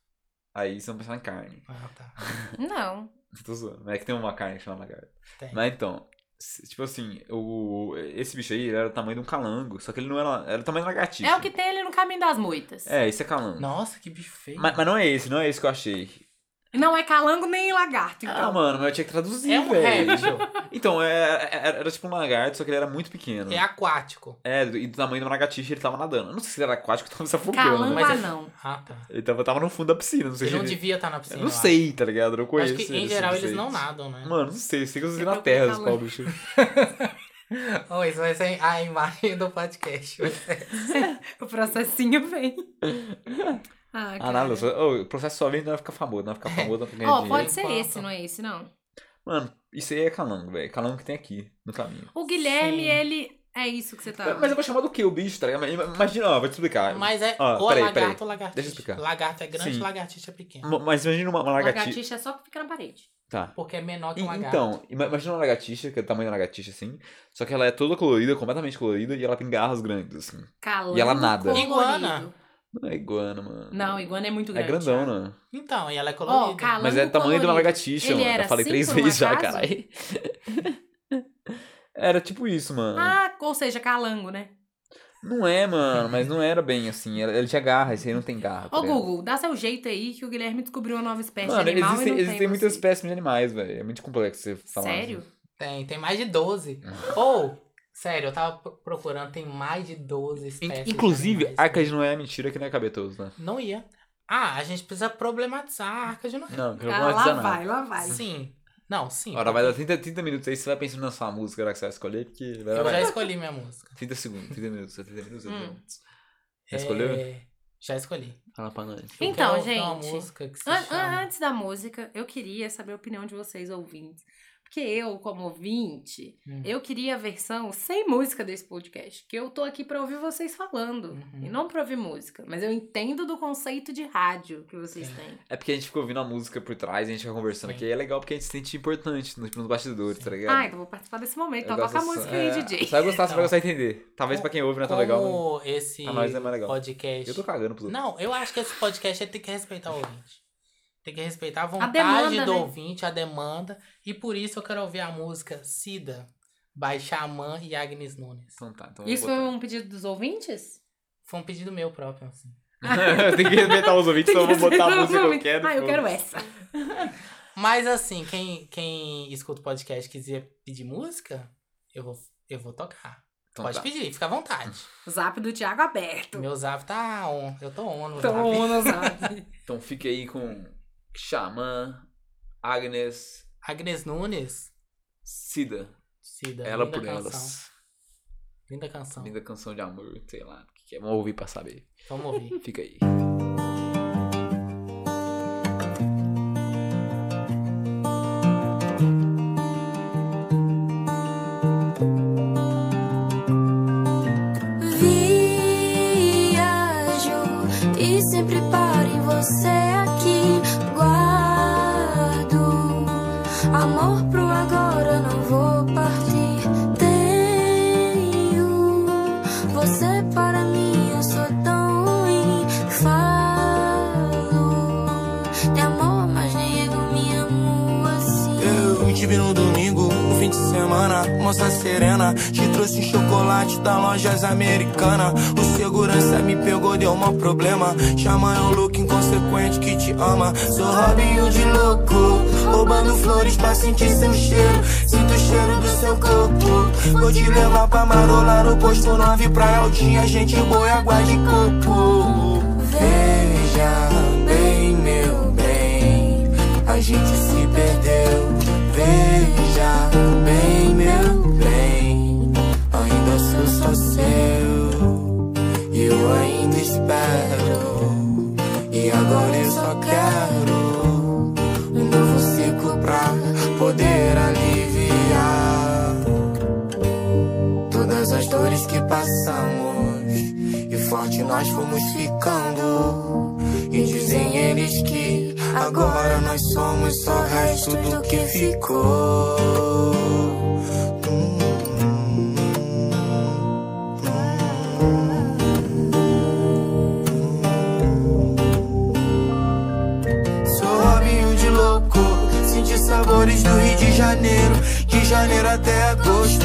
na... Aí vocês vão pensar em carne. [laughs] Ah, tá. Não. Tô zoando. É que tem uma carne que chama lagarto. Tem. Mas então, se- tipo assim, o, esse bicho aí ele era o tamanho de um calango. Só que ele não era. Era o tamanho de lagartixa. É o que tem ali no caminho das moitas. É, esse é calango. Nossa, que bicho feio. Mas, mas não é esse, não é esse que eu achei. Não é calango nem lagarto, Ah, então. mano, mas eu tinha que traduzir, é um velho. réptil. Então, é- é- era, tipo um lagarto, só que ele era muito pequeno. é aquático. É, do- e do tamanho de uma lagartixa ele tava nadando. Eu não sei se ele era aquático [laughs] ou tava se afogando. calango mas- é mas- [laughs] anão. Ah, tá. Ele tava, tava no fundo da piscina, não sei Ele se não ele... devia estar na Eu piscina. não eu sei, tá ligado? Eu não acho. conheço Acho que, em eles, geral, não eles sei. não nadam, né? Mano, não sei, eu sei que eu usei Depois na eu terra, vou esse calar. pau bicho. [laughs] Oh, isso vai ser a imagem do podcast. O processinho vem. É Ah, Ah, cara. nada, só- ô, o processo só vem não vai ficar famoso, não vai ficar famoso, não vai ganhar Ó, dinheiro. pode ser Enquanto. esse, não é esse, não. Mano, isso aí é calango, velho. Calango que tem aqui, no caminho. O Guilherme, Sim. ele... É isso que você tá... Mas eu vou chamar do que o bicho, tá ligado? Imagina, ó, vou te explicar. Mas é Ah, ou é peraí, lagarto peraí. ou lagartixa. Deixa eu explicar. Lagarto é grande, Sim. lagartixa é pequeno. Ma- Mas imagina uma, uma lagartixa. Lagartixa é só que fica na parede. Tá. Porque é menor que um E- lagarto. Então, ima- imagina uma lagartixa, que é o tamanho da lagartixa, assim. Só que ela é toda colorida, completamente colorida, e ela tem garras grandes, assim. Calango E ela nada. colorido. Iguana. Não é iguana, mano. Não, iguana é muito É grande. Thiago. grandona. Então, e ela é Ó, colorida. calango Mas é do tamanho de uma colorido. lagartixa, Ele mano. era eu falei assim, três por um vezes já, acaso? caralho. era tipo isso, mano. Ah, ou seja, calango, né? Não é, mano, mas não era bem assim. Ela- Ele tinha garra, esse aí não tem garra. tá Ô, ligado? Google, dá seu jeito aí que o Guilherme descobriu uma nova espécie Mano, de animal existem, e não existem tem muitas você. espécies de animais, velho. É muito complexo você falar. Sério? Tem, tem mais de 12. Ou, sério, eu tava pro- procurando, tem mais de 12 É, In- tipo espécies. de Inclusive, animais. Arca de Noé é mentira que não é cabetoso, né? Não ia. Ah, a gente precisa problematizar a arca de Noé. Não, que eu não Ah, vou lá dizer nada. vai, lá vai. Sim. Não, sim. Ora, vai dar 30, 30 minutos aí, você vai pensando na sua música lá que você vai escolher, porque vai Eu vai. já escolhi minha música. 30 segundos, 30 minutos, 30 minutos, 30 Hum. minutos. Já escolheu? É, já escolhi. Fala pra nós. Eu Então, quero ouvir Uma gente, música que se An- an- chama... antes da música, eu queria saber a opinião de vocês, ouvintes. Porque eu, como ouvinte, Hum. eu queria a versão sem música desse podcast. Que eu tô aqui pra ouvir vocês falando. Uhum. E não pra ouvir música. Mas eu entendo do conceito de rádio que vocês Sim. têm. É porque a gente fica ouvindo a música por trás, a gente fica conversando Sim. aqui. É legal porque a gente se sente importante nos, nos bastidores, tá ligado? Ah, então vou participar desse momento. Então Eu gosto toca a dessa- música aí, é, DJ. Você vai gostar, você vai Então, gostar de entender. Talvez pra quem ouve não é tão legal, mas Como esse pra nós é mais legal. podcast... Eu tô cagando pros outros. Não, eu acho que esse podcast ele tem que respeitar o ouvinte. Tem que respeitar a vontade demanda, do né? ouvinte, a demanda. E por isso eu quero ouvir a música Cida, by Xamã e Agnes Nunes. Então tá, então eu Isso vou foi [laughs] um pedido dos ouvintes? Foi um pedido meu próprio, assim. botar. Eu tenho que respeitar os ouvintes, então eu vou botar a música que eu quero. Ah, eu pô. quero essa. Mas assim, quem, quem escuta o podcast e quiser pedir música, eu vou, eu vou tocar. Então Pode tá. pedir, fica à vontade. O zap do Thiago aberto. Meu zap tá on. Eu tô on no Tô zap. no zap. Então fique aí com Xamã, Agnes, Agnes Nunes, Cida. Cida. Ela linda por canção. elas. Linda canção. Linda canção de amor, sei lá. o que que é? Vamos ouvir pra saber. Vamos ouvir. Fica aí. Cida, E sempre paro em você aqui. Guardo amor pro agora, não vou partir. Tenho você para mim, eu sou tão ruim. Falo de amor, mas nego, me amo assim. Eu te vi no domingo, no fim de semana, moça serena. Te trouxe chocolate da lojas americana. O segurança me pegou, deu maior problema. Chama eu louco inconsequente que te ama. Sou Robinho de louco, roubando flores pra sentir seu cheiro. Sinto o cheiro do seu corpo. Vou te levar pra marolar o posto 9 pra altinha. Gente boa, e água de coco. Veja bem, meu bem, a gente se perdeu. Veja bem, meu bem, ainda sou só seu. E eu ainda espero, e agora eu só quero um novo ciclo pra poder aliviar todas as dores que passamos. E forte nós fomos ficando. E dizem eles que agora nós somos só resto do que ficou. Hum, hum, hum. Sou Robinho de louco, senti sabores do Rio de Janeiro, de janeiro até agosto.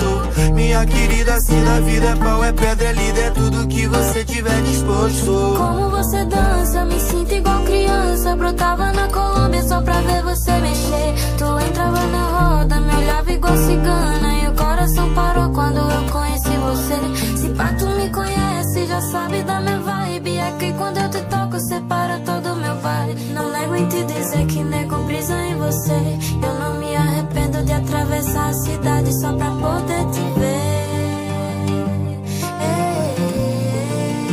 Minha querida, assim na vida, pau é pedra, é lida, é tudo que você tiver disposto. Como você dança, me sinto igual criança. Brotava na Colômbia só pra ver você mexer. Tu entrava na roda, me olhava igual cigana. E o coração parou quando eu conheci você. Se pá, tu me conhece, já sabe da minha vibe. É que quando eu te toco, separa todo o meu baile. Não nego em te dizer que nego brisa em você. Eu não me arrependo de atravessar a cidade só pra poder te ver. Ei, ei, ei.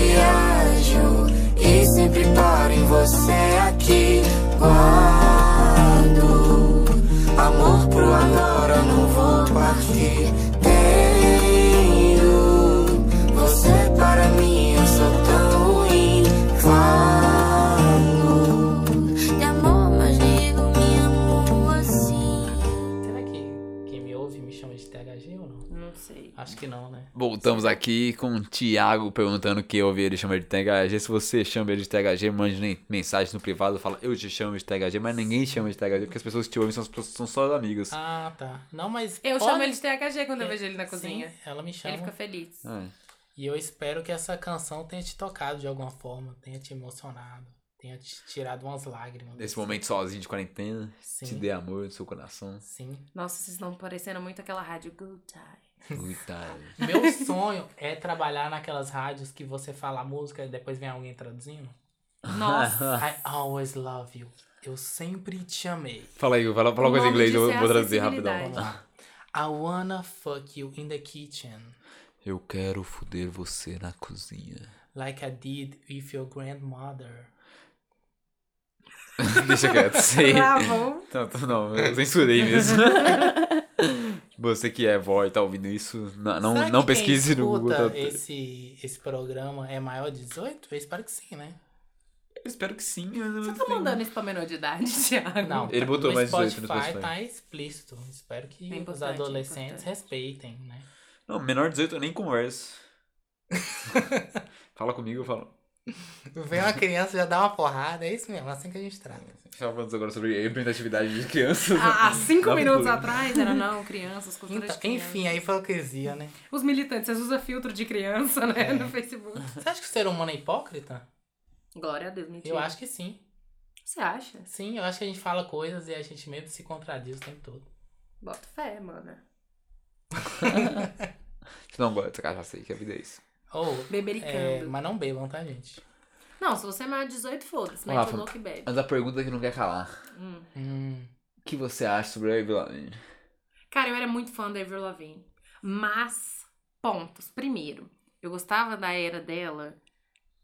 Viajo e sempre paro em você aqui. Guardo amor pro agora, não vou partir. Tenho você para mim, eu sou tão ruim. Falo De amor, mas nego, me amo assim. Será que quem me ouve me chama de THG ou não? Não sei. Acho que não, né? Voltamos aqui com o Thiago perguntando o que eu ouvi ele chamar de THG. Se você chama ele de THG, mande nem- mensagem no privado, fala eu te chamo de THG, mas ninguém chama de THG, porque as pessoas que te ouvem são, as pessoas- são só as amigas. Ah, tá. Não, mas. Eu olha- É. chamo ele de THG quando eu vejo ele na Sim, cozinha. ela me chama. Ele fica feliz. Ah, E eu espero que essa canção tenha te tocado de alguma forma, tenha te emocionado, tenha te tirado umas lágrimas. nesse momento sozinho de quarentena, Sim. te dê amor no seu [laughs] coração. Sim. Nossa, vocês estão parecendo muito aquela rádio Good Time. [laughs] Coitado. Meu [laughs] sonho é trabalhar naquelas rádios que você fala a música e depois vem alguém traduzindo. Nossa. Ah. I always love you. Eu sempre te amei. [laughs] Fala aí, fala, fala uma coisa em O nome inglês, eu disso é vou traduzir rapidão. acessibilidade. Vamos lá. I wanna fuck you in the kitchen, Eu quero foder você na cozinha. [laughs] like I did with your grandmother. Deixa quieto, sei. Travou. Não, tô- não, eu censurei mesmo. Você que é vó e tá ouvindo isso, não, Será não, que não quem pesquise no Google. escuta tá- Esse, esse programa é maior de 18? Eu espero que sim, né? Eu espero que sim. eu não Você tá tenho- mandando isso pra menor de idade, [laughs] Thiago? Não, Ele botou no mais 18 Spotify, no Spotify. tá explícito. Espero que os importante, é adolescentes importante. respeitem, né? Não, menor de 18 eu nem converso. Fala comigo, eu falo. Vem uma criança já dá uma porrada, é isso mesmo, assim que a gente trata. Estava falando agora sobre representatividade de crianças. Há há Ah, cinco Dá minutos pra- atrás era não, crianças, culturas é Então, de criança. enfim, aí foi hipocrisia, né? Os militantes, vocês usam filtro de criança, É. né? No Facebook. Você acha que o ser humano é hipócrita? Glória a Deus, mentira. Eu acho que sim. Você acha? Sim, eu acho que a gente fala coisas e a gente mesmo se contradiz o tempo todo. Bota fé, mano. Não, agora, cara, já sei que a vida é isso. Ou, é, Bebericando. mas não bebam, tá, gente? Não, se você é maior de 18, foda-se. Ô, Mete Rafa, o louco e bebe. Mas a pergunta que não quer calar: Hum. Hum, O que você acha sobre a Avril Lavigne? Cara, eu era muito fã da Avril Lavigne. Mas, pontos. Primeiro, eu gostava da era dela.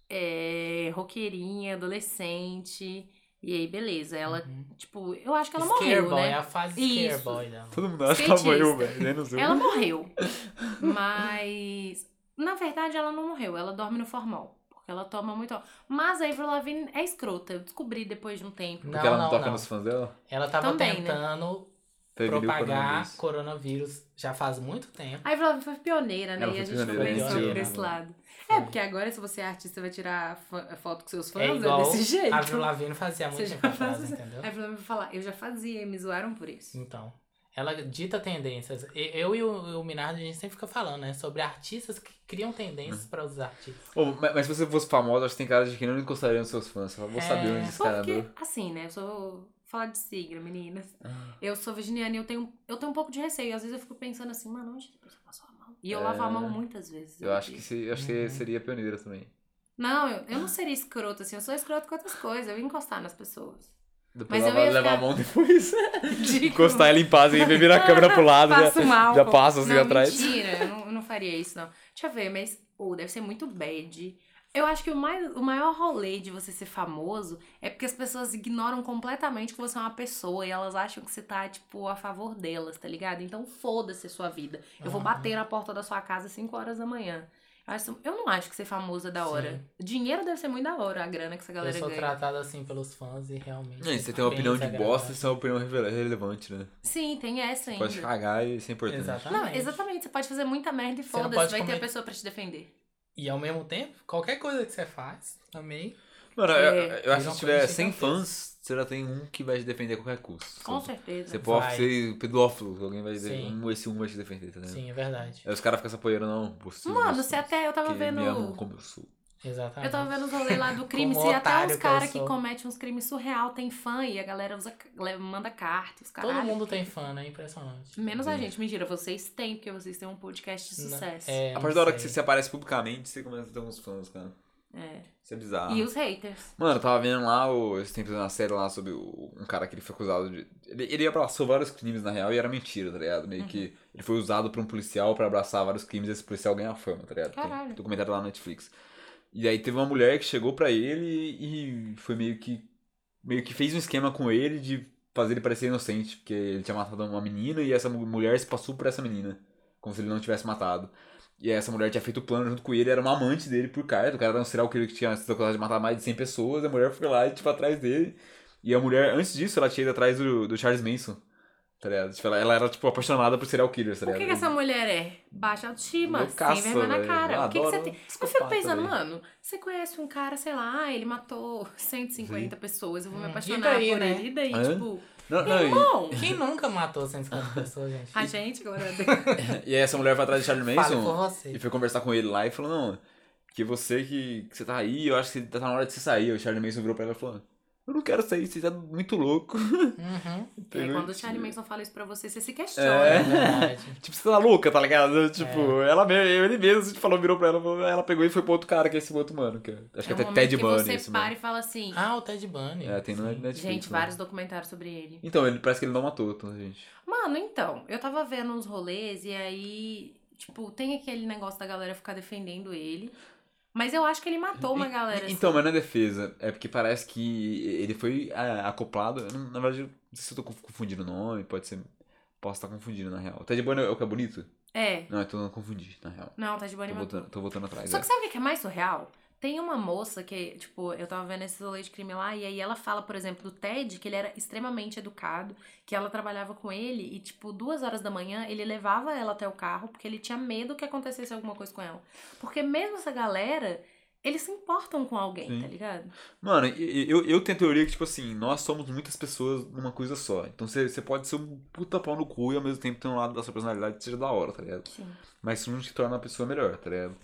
É, roqueirinha, eh, adolescente. E aí, beleza. Ela, tipo, eu acho que ela Scare morreu, boy, né? é a fase Scare Isso. boy dela. Todo mundo acha que ela Skatista. morreu, velho. né? Menos eu. Ela morreu. Mas. Na verdade, ela não morreu. Ela dorme no formal. Porque ela toma muito. álcool. Mas a Avril Lavigne é escrota. Eu descobri depois de um tempo. Não, Porque ela não, não, toca não. nos fãs dela? Ela tava Também, né? tentando Prevenir o coronavírus. propagar coronavírus. já faz muito tempo. A Avril Lavigne foi pioneira, né? Ela e foi a gente pioneira, conversou ela por esse iniciou, né? lado. Foi. É, porque agora, se você é artista, vai tirar fã- foto com seus fãs, É é, igual desse jeito. a Avril Lavigne fazia muito Você já tempo atrás, faz- É entendeu? A Avril Lavigne vai falar, eu já fazia e me zoaram por isso. Hum, Então, ela dita tendências. E- Eu e o, o Minardo, a gente sempre fica falando, né? Sobre artistas que criam tendências para os artistas. Ô, mas, mas se você fosse famosa, acho que tem cara de que não encostaria nos seus fãs. Eu vou saber É. onde esse cara Porque, andou. assim, né? Eu sou. Falar de signo, meninas. Ah. Eu sou virginiana e eu tenho, eu tenho um pouco de receio. Às vezes eu fico pensando assim, mano, onde essa pessoa passou a mão? E eu É. lavo a mão muitas vezes. Eu acho que, se, eu acho que Uhum. seria pioneira também. Não, eu, eu não seria escrota assim. Eu sou escrota com outras coisas. Eu ia encostar nas [laughs] pessoas. Depois Mas ela eu vai ia levar a ficar- mão [laughs] depois. Digo, Encostar ele em paz e virar [laughs] a câmera pro lado. Passo já, mal. já passa assim não, atrás. Mentira, eu não, eu não faria isso, não. Deixa eu ver, mas. Ou deve ser muito bad. Eu acho que o, mais, o maior rolê de você ser famoso é porque as pessoas ignoram completamente que você é uma pessoa e elas acham que você tá, tipo, a favor delas, tá ligado? Então foda-se a sua vida. Eu vou Uhum. bater na porta da sua casa às 5 horas da manhã. Eu, acho- eu não acho que ser famoso é da hora. Dinheiro deve ser muito da hora, a grana que essa Eu galera sou ganha. tratada assim pelos fãs e realmente. Não, e você tem uma opinião de bem bosta, desagradável. isso é uma opinião revela- relevante, né? Sim, tem essa ainda. Pode cagar e isso é importante. Não, Exatamente. exatamente. Você pode fazer muita merda e Você não foda-se, pode vai ter comer- a pessoa pra te defender. E ao mesmo tempo, qualquer coisa que você faz também. Mano, eu, eu É, acho Vira que uma se tiver coisa 100 gigantesca. fãs, você já tem um que vai te defender a qualquer custo. Com Você- certeza. Você pode Vai. ser pedófilo, alguém vai dizer, Sim. um, esse um vai te defender, tá ligado? Sim, é verdade. Aí os caras ficam se apoiando, não, você. Mano, você até. Eu tava vendo. Me amam como eu sou. Exatamente. Eu tava vendo os rolês [laughs] lá do crime. Como Se até otário os que eu caras que, sou. cometem uns crimes surreal tem fã e a galera usa, le- manda carta, os caras. Todo mundo tem É. fã, né? Impressionante. Menos a gente, mentira, vocês têm, porque vocês têm um podcast de Não- sucesso. é, A não partir da hora que você sei. se aparece publicamente, você começa a ter uns fãs, cara. É. Isso é Ah. bizarro. E os haters. Mano, eu tava vendo lá o, esse tempo na série lá sobre o- um cara que ele foi acusado de. Ele, ele abraçou vários crimes na real e era mentira, tá ligado? Meio Uhum. que ele foi usado por um policial pra abraçar vários crimes e esse policial ganha fama, tá ligado? Caralho. Tem documentário lá na Netflix. E aí teve uma mulher que chegou pra ele e foi meio que. meio que fez um esquema com ele de fazer ele parecer inocente, porque ele tinha matado uma menina e essa mu- mulher se passou por essa menina, como se ele não tivesse matado. E essa mulher tinha feito o plano junto com ele, era uma amante dele por carta. O cara era um serial killer que tinha sido acusado de matar mais de 100 pessoas. A mulher foi lá e, tipo, atrás dele. E a mulher, antes disso, ela tinha ido atrás do, do Charles Manson. Tá ligado? Tipo, ela, ela era, tipo, apaixonada por serial killer, tá O ligado? que, que essa mulher é? Baixa autoestima, Loucaça, sem vergonha na velho. cara. Eu o que, que você adoro tem? Eu psicopata, fico pensando, velho. mano, você conhece um cara, sei lá, ele matou [laughs] 150 pessoas, eu vou me Hum, e apaixonar daí, por né? ele. E daí, Hã? tipo, Não, não, e- [laughs] irmão, Quem nunca matou 150 pessoas, gente? a gente, glória a Deus. e, aí essa mulher foi atrás do Charles Fale por Manson você. e foi conversar com ele lá e falou, não, que você que, que você tá aí, eu acho que tá na hora de você sair. O Charles Manson virou pra ela e falou, eu não quero sair, você tá muito louco. [laughs] Uhum. E aí, Entendeu? quando o Charlie Manson fala isso pra você, você se questiona. É É. verdade. Tipo, você tá louca, tá ligado? Tipo, É. ela mesmo, ele mesmo te falou, virou pra ela, falou, ela pegou e foi pro outro cara, que é esse outro mano, que é- acho que É um até momento Ted que Bunny. você esse para mano. e fala assim, Ah, o Ted Bunny. É, tem no Sim. Netflix. gente, né? vários documentários sobre ele. Então, ele parece que ele não matou tanta gente. Mano, então, eu tava vendo uns rolês e aí, tipo, tem aquele negócio da galera ficar defendendo ele. Mas eu acho que ele matou uma E- galera. e- assim. Então, mas não é defesa. É porque parece que ele foi ah, acoplado. eu não- Na verdade, eu não sei se eu tô conf- confundindo o nome, pode ser. Posso estar confundindo, na real. O Ted Bunny é o que é bonito? É. Não, então eu tô confundindo, na real. Não, tá de boa Tô animação. voltando, tô voltando atrás. Só é. que sabe o que que é mais surreal? Tem uma moça que, tipo, eu tava vendo esse rolê de crime lá, e aí ela fala, por exemplo, do Ted, que ele era extremamente educado, que ela trabalhava com ele, e, tipo, duas horas da manhã ele levava ela até o carro, porque ele tinha medo que acontecesse alguma coisa com ela. Porque mesmo essa galera, eles se importam com alguém, Sim. tá ligado? Mano, e- e- eu, eu tenho a teoria que, tipo assim, nós somos muitas pessoas numa coisa só. Então você você pode ser um puta pau no cu e ao mesmo tempo ter um lado da sua personalidade que seja da hora, tá ligado? Sim. Mas isso não te torna uma pessoa melhor, tá ligado?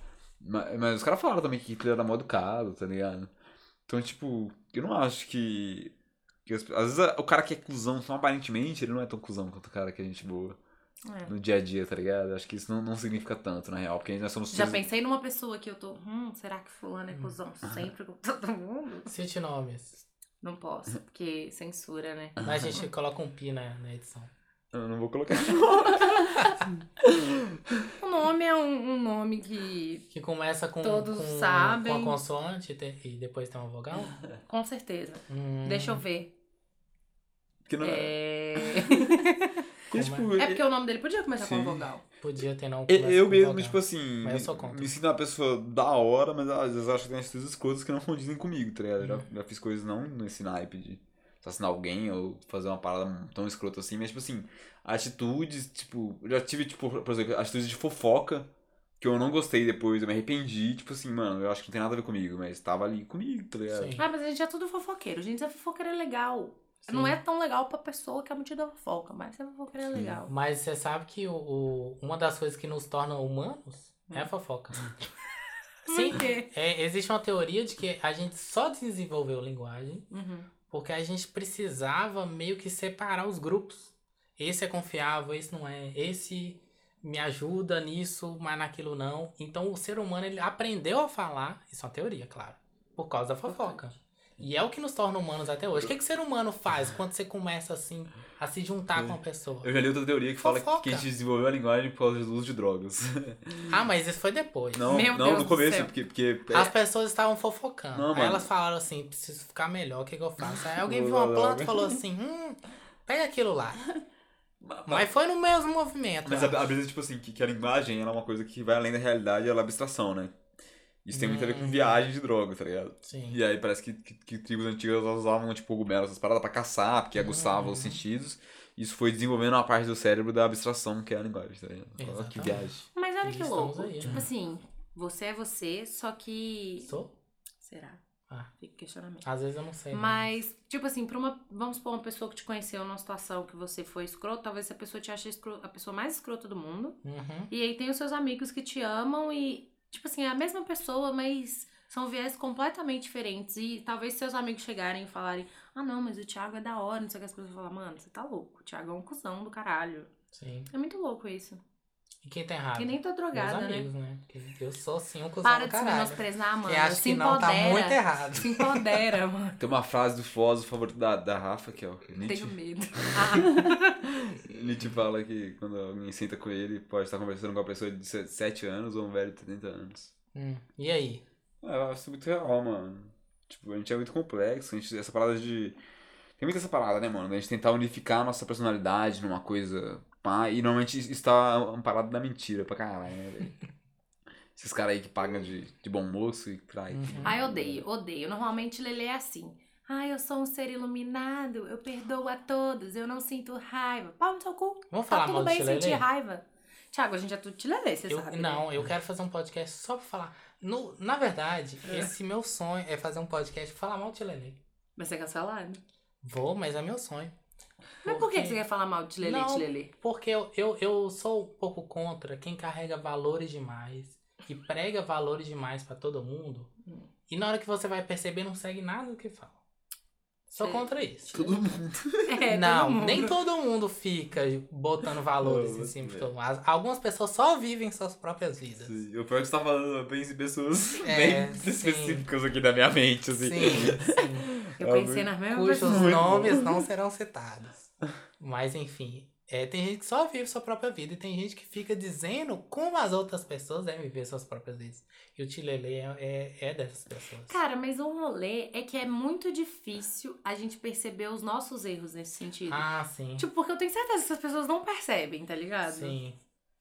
Ma- Mas, os caras falaram também que Hitler era mal educado, tá ligado? Então, tipo, eu não acho que. que as- às vezes a- o cara que é cuzão, tão aparentemente, ele não é tão cuzão quanto o cara que é gente boa É. no dia a dia, tá ligado? Acho que isso não, não significa tanto, na real, porque nós somos Já seres- pensei numa pessoa que eu tô, hum, será que fulano é cuzão Hum. sempre com todo mundo? Cite nomes. Não posso, porque censura, né? Mas a gente coloca um pi na, na edição. Eu não vou colocar. O nome é um, um nome que, Que começa com, Todos com, sabem. com a consoante e te- e depois tem uma vogal? com certeza. Hum, Deixa eu ver. Porque não é. É... [laughs] porque, tipo, é porque o nome dele podia começar com Sim. vogal. Podia ter não. Eu, começa eu com mesmo, vogal. tipo assim, Mas eu me, sou contra. me sinto uma pessoa da hora, mas às vezes eu acho que tem atitudes escrotas que não condizem comigo, tá ligado? Eu Uhum. já, já fiz coisas não nesse naipe de assassinar alguém ou fazer uma parada tão escrota assim, mas tipo assim, atitudes, tipo, eu já tive, tipo, por exemplo, atitudes de fofoca que eu não gostei depois, eu me arrependi, tipo assim, mano, eu acho que não tem nada a ver comigo, mas tava ali comigo, tá ligado? Sim. Ah, mas a gente é tudo fofoqueiro. Gente, ser fofoqueiro é legal. Sim. Não é tão legal pra pessoa que é metida a fofoca, mas ser fofoqueiro é legal. Mas você sabe que o, o- uma das coisas que nos torna humanos é a fofoca. Sim. Hum. [laughs] Por quê? É, existe uma teoria de que a gente só desenvolveu linguagem Uhum. porque a gente precisava meio que separar os grupos. Esse é confiável, esse não é. Esse me ajuda nisso, mas naquilo não. Então o ser humano ele aprendeu a falar, isso é uma teoria, claro, por causa da fofoca. E é o que nos torna humanos até hoje. O que, que o ser humano faz quando você começa assim a se juntar com a pessoa? Eu já li outra teoria que fala Fofoca. que a gente desenvolveu a linguagem por causa do uso de drogas. [laughs] Ah, mas isso foi depois. Não, Meu não Deus no do começo, céu. porque, porque é As pessoas estavam fofocando. Não, Aí mano. elas falaram assim, preciso ficar melhor, o que, que eu faço? Aí alguém Vou viu uma lá planta logo. e falou assim, hum, pega aquilo lá. Mas foi no mesmo movimento. né? Mas eu a, a acho. brisa, tipo assim, que, que a linguagem ela é uma coisa que vai além da realidade, ela é abstração, né? Isso tem muito a ver com viagem de droga, tá ligado? Sim. E aí parece que, que, que tribos antigas elas usavam, tipo, cogumelos, essas paradas pra caçar, porque aguçava os sentidos. Isso foi desenvolvendo uma parte do cérebro da abstração, que é a linguagem, tá ligado? Olha que Exatamente. viagem. Mas olha que Estamos louco. aí, né? tipo assim, você é você, só que. Sou? Será? Ah. Fica o questionamento. é Às vezes eu não sei. né? Mas, tipo assim, pra uma. Vamos supor, uma pessoa que te conheceu numa situação que você foi escroto, talvez a pessoa te ache escro- a pessoa mais escrota do mundo. Uhum. E aí tem os seus amigos que te amam e, tipo assim, é a mesma pessoa, mas são viés completamente diferentes. E talvez seus amigos chegarem e falarem, ah não, mas o Thiago é da hora, não sei o que as pessoas falam, mano, você tá louco, o Thiago é um cuzão do caralho. Sim. É muito louco isso. E quem tá errado? Que nem tô drogada, Meus né? amigos, né? Porque eu sou sim um cuzão Para do de se caralho. menosprezar, mano. Quem acha se que não empodera. tá muito errado. [laughs] Se empodera, mano. Tem uma frase do filósofo favorito da, da Rafa, que é o Nietzsche. Tenho medo. Ah, Nietzsche fala que quando alguém senta com ele, pode estar conversando com uma pessoa de 7 anos ou um velho de 30 anos. Hum. E aí? É, eu acho muito real, mano. Tipo, a gente é muito complexo, a gente, essa parada de. Tem muito essa parada, né, mano? Da gente tentar unificar a nossa personalidade numa coisa. Pá, e normalmente isso está amparado da mentira pra caralho, né, velho? [laughs] Esses caras aí que pagam de, de bom moço e trai. Uhum. Ai, [laughs] odeio, odeio. Normalmente Lele é assim. Ai, eu sou um ser iluminado, eu perdoo a todos, eu não sinto raiva. Pau no seu cu. Vamos Tá falar tudo mal do bem Chilelê? sentir raiva. Tiago, a gente é tudo tilelê, você Eu- sabe. né? não, eu quero fazer um podcast só pra falar. No- na verdade, esse meu sonho é fazer um podcast pra falar mal do Tilelê. Mas você é cancelado. Vou, mas é meu sonho. Mas por que que você quer falar mal de tilelê, Não. tilelê? Porque eu, eu, eu sou um pouco contra quem carrega valores demais e prega valores demais pra todo mundo. E na hora que você vai perceber, não segue nada do que fala. Sou Sei. contra isso. Todo mundo. [laughs] É, não, todo mundo. nem todo mundo fica botando valores Não, em cima de é. todo mundo. As- Algumas pessoas só vivem suas próprias vidas. O pior que você tá falando, eu penso em pessoas É, bem sim. específicas aqui da minha mente, assim. Sim, sim. Eu pensei nas mesmas cujos pessoas. Muito nomes [laughs] não serão citados. Mas enfim, é, tem gente que só vive sua própria vida e tem gente que fica dizendo como as outras pessoas devem viver suas próprias vidas. E o Tilelê é, é, é dessas pessoas. Cara, mas o rolê é que é muito difícil a gente perceber os nossos erros nesse sentido. ah, sim. Tipo, porque eu tenho certeza que as pessoas não percebem, tá ligado? sim.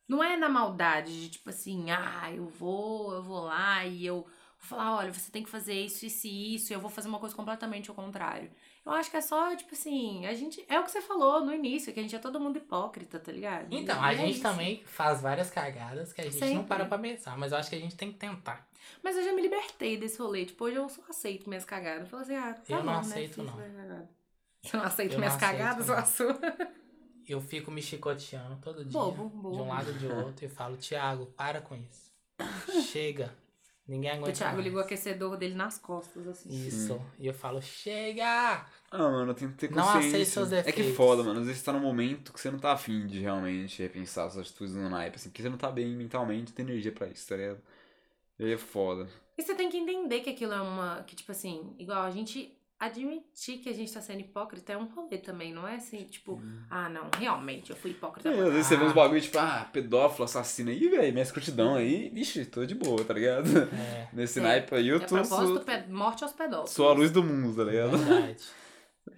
Não é na maldade de tipo assim, ah, eu vou, eu vou lá e eu vou falar, olha, você tem que fazer isso, isso e isso, e eu vou fazer uma coisa completamente ao contrário. Eu acho que é só, tipo assim, a gente. É o que você falou no início, que a gente é todo mundo hipócrita, tá ligado? Então, E a é gente isso. também faz várias cagadas que a gente não Sempre. para pra pensar, mas eu acho que a gente tem que tentar. Mas eu já me libertei desse rolê. Tipo, hoje eu só aceito minhas cagadas. Eu falo assim, ah, tá Eu não bom, né? aceito, Fiz não. minhas [laughs] cagadas. Você não aceita Eu minhas não aceito, cagadas, não. ou a sua? Eu fico me chicoteando todo dia, Bobo, bobo. de um lado e de outro, e falo, Tiago, para com [laughs] isso. Chega. Ninguém aguenta O Thiago mais. ligou o aquecedor dele nas costas, assim. Isso. E eu falo, chega! Ah, mano, tem que ter Não consciência. aceite seus É que defeitos. foda, mano. Às vezes você tá num momento que você não tá afim de realmente repensar suas atitudes no naipe, assim, porque você não tá bem mentalmente, não tem energia pra isso, tá ligado? E aí é foda. E você tem que entender que aquilo é uma. Que, tipo assim, igual a gente admitir que a gente tá sendo hipócrita é um rolê também, não é assim, tipo, ah, não, realmente, eu fui hipócrita. É, às vezes você vê uns bagulho tipo, ah, pedófilo, assassino aí, velho, minha escrutidão aí, vixe, tô de boa, tá ligado? [laughs] É, Nesse É. naipe aí é eu tô. propósito, Sou, pé- morte aos pedófilos. sou a luz do mundo, tá ligado? verdade. [laughs]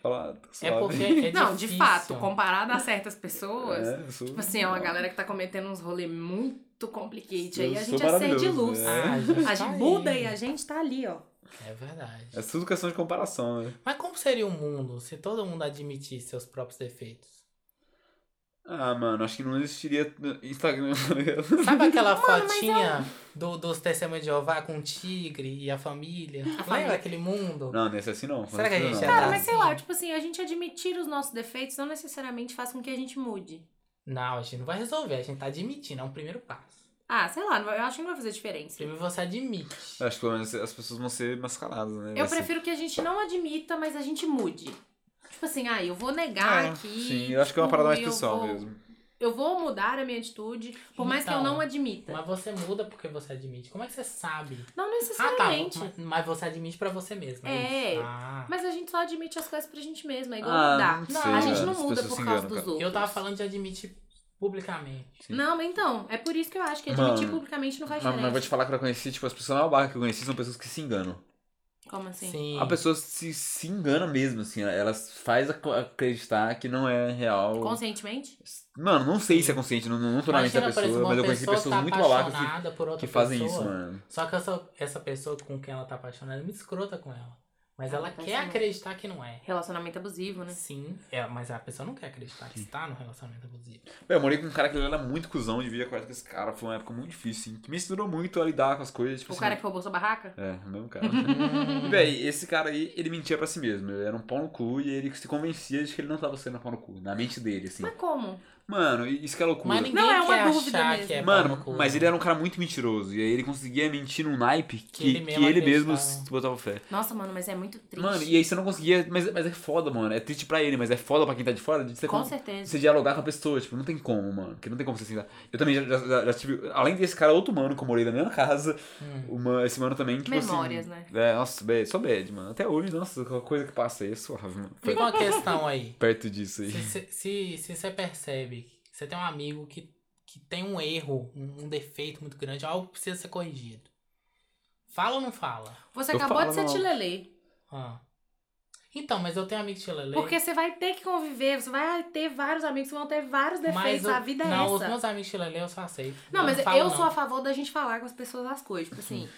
Falar, tô É suave. porque é Não, de difícil. fato, comparado a certas pessoas, É, eu sou- tipo assim, é uma galera que tá cometendo uns rolê muito complicado aí, Eu sou a gente é ser de maravilhoso, luz. né? Ah, A tá gente Buda aí. e a gente tá ali, ó. É verdade. É tudo questão de comparação, né? Mas como seria o mundo se todo mundo admitisse seus próprios [laughs] defeitos? Ah, mano, acho que não existiria Instagram, [laughs] tá ligado? Sabe aquela fotinha do, dos testemunhos de Jeová com o tigre e a família? Lembra família. aquele mundo? Não, nesse assim não. Será que a nesse gente não. é- Cara, mas sei lá, Sim. tipo assim, a gente admitir os nossos defeitos não necessariamente faz com que a gente mude. Não, a gente não vai resolver, a gente tá admitindo, é um primeiro passo. Ah, sei lá, não vai- eu acho que não vai fazer diferença. Primeiro você admite. Acho que pelo menos as pessoas vão ser mascaradas, né? Eu Vai ser- prefiro que a gente não admita, mas a gente mude. Tipo assim, ah, eu vou negar Ah, aqui. Sim, eu acho que é uma tipo, parada mais eu pessoal vou- mesmo. Eu vou mudar a minha atitude, por mais que eu Então, não admita. Mas você muda porque você admite. Como é que você sabe? Não Ah, tá. necessariamente. Mas, mas você admite pra você mesmo. É. isso? Ah. Mas a gente só admite as coisas pra gente mesma, é igual Ah, mudar. não Não, sei, a velho, gente não as muda pessoas por se causa enganam, dos cara. outros. Eu tava falando de admitir publicamente. Sim. Não, mas então, é por isso que eu acho que admitir Mano, publicamente não faz Mas, diferença. mas vou te falar que eu conheci, tipo, as pessoas na barra que eu conheci são pessoas que se enganam. Como assim? A pessoa é se, se engana mesmo, assim, elas faz ac- acreditar que não é real. Conscientemente? Mano, não sei se é consciente, não, não tô na mente da Imagina, por pessoa, exemplo, uma mas eu conheci pessoa pessoas tá muito babacas que, apaixonada por outra que fazem pessoa, isso, mano. Só que essa, essa pessoa com quem ela tá apaixonada é muito escrota com ela. Mas Ela ela tá quer sendo- acreditar que não é. Relacionamento abusivo, né? Sim, é, mas a pessoa não quer acreditar que está no relacionamento [laughs] abusivo. Véi, eu morei com um cara que ele era muito cuzão, devia quase com esse cara, foi uma época muito difícil, assim, que me ensinou muito a lidar com as coisas, tipo O assim, cara que roubou sua barraca? É, o mesmo [laughs] cara. e, [laughs] véi, esse cara aí, ele mentia pra si mesmo. Ele era um pau no cu e ele se convencia de que ele não tava sendo um pau no cu. Na mente dele, assim. Mas como? Mano, i- isso que é loucura. Mas ninguém Não, é uma quer dúvida achar mesmo. que é pau Mano, no cu, mas né? ele era um cara muito mentiroso. E aí ele conseguia mentir num naipe que, que ele ele, mesmo mesmo acreditava. né? se botava fé. Nossa, mano, mas é muito triste. Mano, e aí você não conseguia. Mas, mas é foda, mano. É triste pra ele, mas é foda pra quem tá de fora. De você Com con- certeza. Você dialogar com a pessoa, tipo, não tem como, mano. Porque não tem como você se enganar. Eu também já, já- já- já tive. Além desse cara, outro mano que eu morei na mesma casa. Hum. Uma, esse mano também, tipo Memórias, assim. né? É, nossa, bad, só bad, mano. Até hoje, nossa, qualquer coisa que passa aí é suave, mano. Foi Fica uma questão aí. perto disso aí. Se, se, se, se você percebe que você tem um amigo que, que tem um erro, um, um defeito muito grande, algo que precisa ser corrigido. Fala ou não fala? Você Eu acabou falo de ser mal. tilelê. Ah. Então, mas eu tenho amigo de Chilele. Porque você vai ter que conviver, você vai ter vários amigos que vão ter vários defeitos. eu- a vida é não, os essa. meus amigos chilelê eu só aceito. Não, mas eu, falo, não. sou a favor da gente falar com as pessoas as coisas. Tipo assim,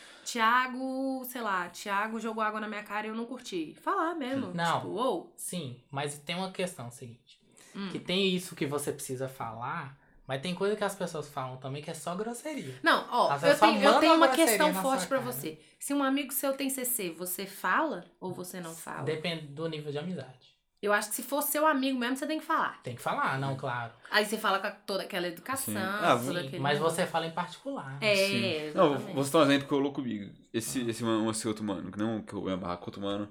Thiago, sei lá, Thiago jogou água na minha cara e eu não curti. Falar mesmo. Não. Tipo, ou. Sim, mas tem uma questão é seguinte. Hum. Que tem isso que você precisa falar, mas tem coisa que as pessoas falam também que é só grosseria. Não, ó, Mas eu eu só tenho, eu mando tenho uma uma grosseria questão na forte sua pra cara. você. Se um amigo seu tem CC, você fala ou você não fala? Depende do nível de amizade. Eu acho que se for seu amigo mesmo, você tem que falar. Tem que falar, Hum. não, claro. Aí você fala com a- toda aquela educação, Sim. Ah, todo Sim, aquele mas negócio. você fala em particular. É, Não, exatamente. vou citar um exemplo que eu louco comigo. Esse, esse, mano, esse outro mano, que não que eu ia barrar com outro mano,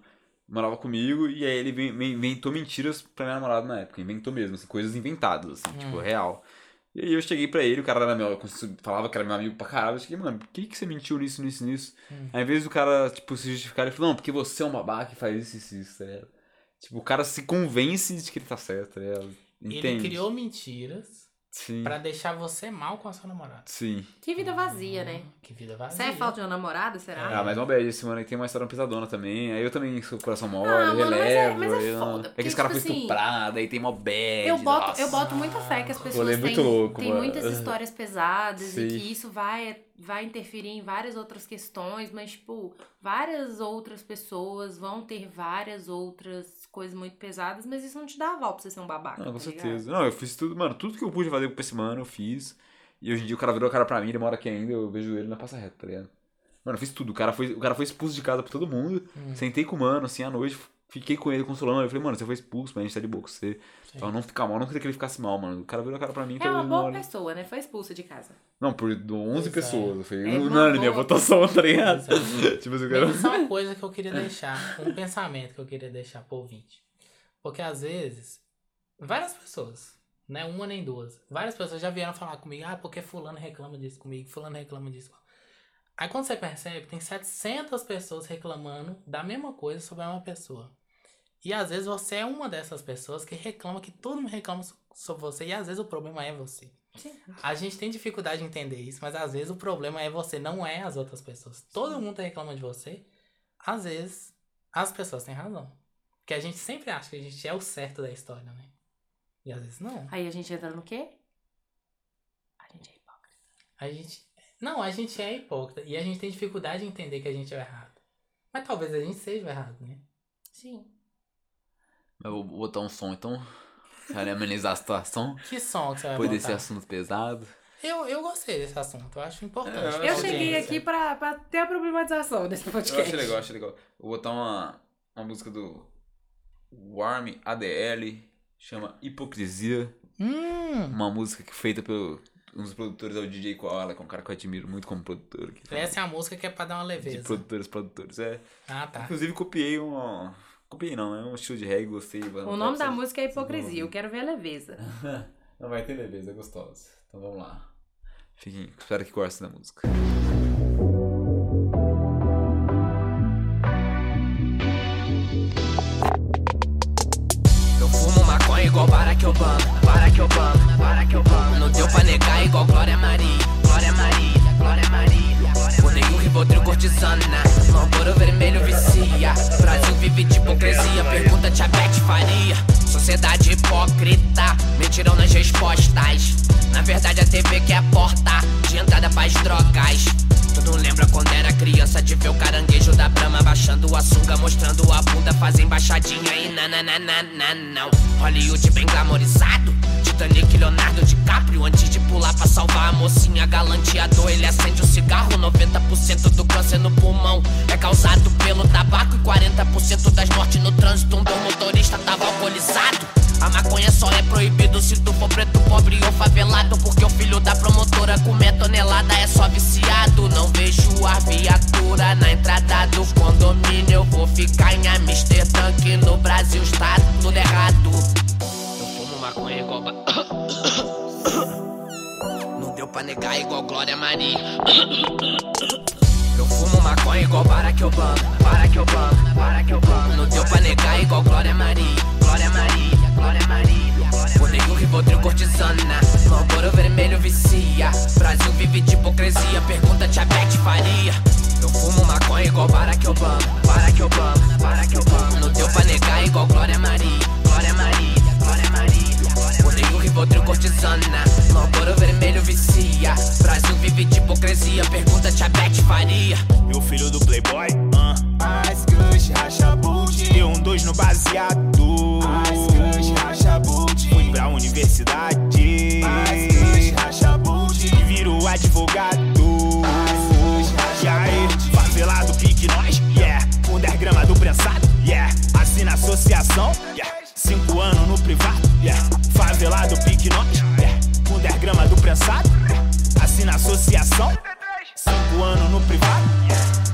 morava comigo e aí ele vem- vem- inventou mentiras pra minha namorada na época. Inventou mesmo, assim, coisas inventadas, assim, Hum. tipo, real. E aí eu cheguei pra ele, o cara era meu, eu cons- falava que era meu amigo pra caralho. Eu cheguei, mano, por que, que você mentiu nisso, nisso, nisso? Hum. Aí, ao invés do cara, tipo, se justificar, ele falou, não, porque você é um babaca e faz isso, isso, isso, tá ligado? Tipo, o cara se convence de que ele tá certo, tá ligado? Ele Entende? criou mentiras Sim. pra deixar você mal com a sua namorada. Sim. Que vida vazia, né? Hum, Que vida Você vazia. é falta de uma namorada, será? Ah, mas uma bad, esse mano aí tem uma história pesadona também. Aí eu também sou coração mole, mano, mas é- relevo. mas é aí eu- foda, que porque, esse cara tipo foi assim, estuprado, aí tem mó bad. Eu boto, eu É nossa. boto muita fé que as pessoas Rolê têm, muito louco, têm mano. muitas histórias pesadas Sim. e que isso vai, vai interferir em várias outras questões, mas, tipo, várias outras pessoas vão ter várias outras coisas muito pesadas, mas isso não te dá aval pra você ser um babaca. Não, tá com ligado? certeza. Não, eu fiz tudo, mano, tudo que eu pude fazer pra esse mano, eu fiz. E hoje em dia o cara virou a cara pra mim, ele mora aqui ainda, eu vejo ele na passa reta, tá ligado? Mano, eu fiz tudo. O cara foi, o cara foi expulso de casa por todo mundo. Hum. Sentei com o mano, assim, à noite, fiquei com ele consolando. Eu falei, mano, você foi expulso, mas a gente tá de boa com você. Então não fica mal, não queria que ele ficasse mal, mano. O cara virou a cara pra mim, É então uma ele não boa olha. pessoa, né? Foi expulsa de casa. Não, por 11 Pois é. pessoas. Foi É uma unânime a boa. votação, tá ligado? Pois [laughs] tipo assim, o cara. Mas isso é uma coisa que eu queria deixar, um pensamento que eu queria deixar pro ouvinte. Porque às vezes, várias pessoas, né? Uma nem duas, várias pessoas já vieram falar comigo, ah, porque fulano reclama disso comigo, fulano reclama disso. Aí quando você percebe, tem 700 pessoas reclamando da mesma coisa sobre a mesma pessoa. E às vezes você é uma dessas pessoas que reclama, que todo mundo reclama so- sobre você, e às vezes o problema é você. A gente tem dificuldade de entender isso, mas às vezes o problema é você, não é as outras pessoas. Todo mundo reclama de você, às vezes as pessoas têm razão. Porque a gente sempre acha que a gente é o certo da história, né? E às vezes não. Aí a gente entra no quê? A gente é hipócrita. A gente. Não, a gente é hipócrita. E a gente tem dificuldade de entender que a gente é o errado. Mas talvez a gente seja o errado, né? Sim. Eu vou botar um som então. Pra amenizar a situação. Que som que você vai Depois desse botar? assunto pesado. Eu, eu gostei desse assunto, eu acho importante. É, Eu cheguei Audiência. aqui pra, pra ter a problematização desse podcast. Eu achei legal, achei legal. Vou botar uma, uma música do Warm ADL, chama Hipocrisia. Hum! Uma música que é feita pelo um dos produtores é o DJ Koala, que é um cara que eu admiro muito como produtor. Que Essa é a música que é pra dar uma de leveza. produtores, produtores. É. Ah, tá. Inclusive copiei um. Copiei não, é um estilo de reggae, gostei. O nome da música é Hipocrisia. Eu quero ver a leveza. Não vai ter leveza, é gostosa. Então vamos lá. Fiquem, espero que gostem da música. Eu fumo maconha igual Barack Obama, Barack Obama, Barack Obama. Não deu pra negar igual Glória Maria, Glória Maria, Glória Maria. O nenhum ribotril cortisana, lamboro vermelho vicia. Brasil vive de hipocrisia, pergunta-te a Beth Faria. Sociedade hipócrita, mentirão nas respostas. Na verdade a TV que é a porta de entrada pras drogas. Tu não lembra quando era criança de ver o caranguejo da brama baixando a sunga, mostrando a bunda, fazendo embaixadinha e nananana, não. Hollywood bem glamorizado, Titanic Leonardo DiCaprio. Antes de pular pra salvar a mocinha, galanteador, ele acende o cigarro. 90% do câncer no pulmão é causado pelo tabaco e 40% das mortes no trânsito. Um do motorista tava alcoolizado. A maconha só é proibido se tu for preto, pobre ou favelado. Porque o filho da promotora comer tonelada é só viciado. Não vejo a viatura na entrada do condomínio. Eu vou ficar em Amsterdã, que no Brasil está tudo errado. Eu fumo maconha igual. ba- [coughs] Não deu pra negar igual Glória Maria. Eu fumo maconha igual Barack Obama, Barack Obama, Barack Obama. Não deu pra negar igual Glória Maria, Glória Maria, Glória Maria. O negro ribotril cortisana, lamboro vermelho vicia. Brasil vive de hipocrisia, pergunta-te a Beth Faria. Eu fumo maconha igual Barack Obama, Barack Obama, Barack Obama. Não deu pra negar igual Glória Maria, Glória Maria, Glória Maria. O negro ribotril cortisana, lamboro vermelho vicia. Brasil vive de hipocrisia, pergunta-te a Beth Faria. E o filho do Playboy? Ah. Ice Crush, racha boot. E um dois no baseado. Ice Crush, racha boot. Fui pra universidade. Ice Crush, racha boot. E viro advogado. Ice Crush, racha E aí, favelado, pique nós? Yeah. Com 10 gramas do prensado? Yeah. Assina associação? Yeah. 5 anos no privado? Yeah. Favelado, pique nós? Yeah. Com 10 gramas do prensado? Yeah. Assina associação? Cinco anos no privado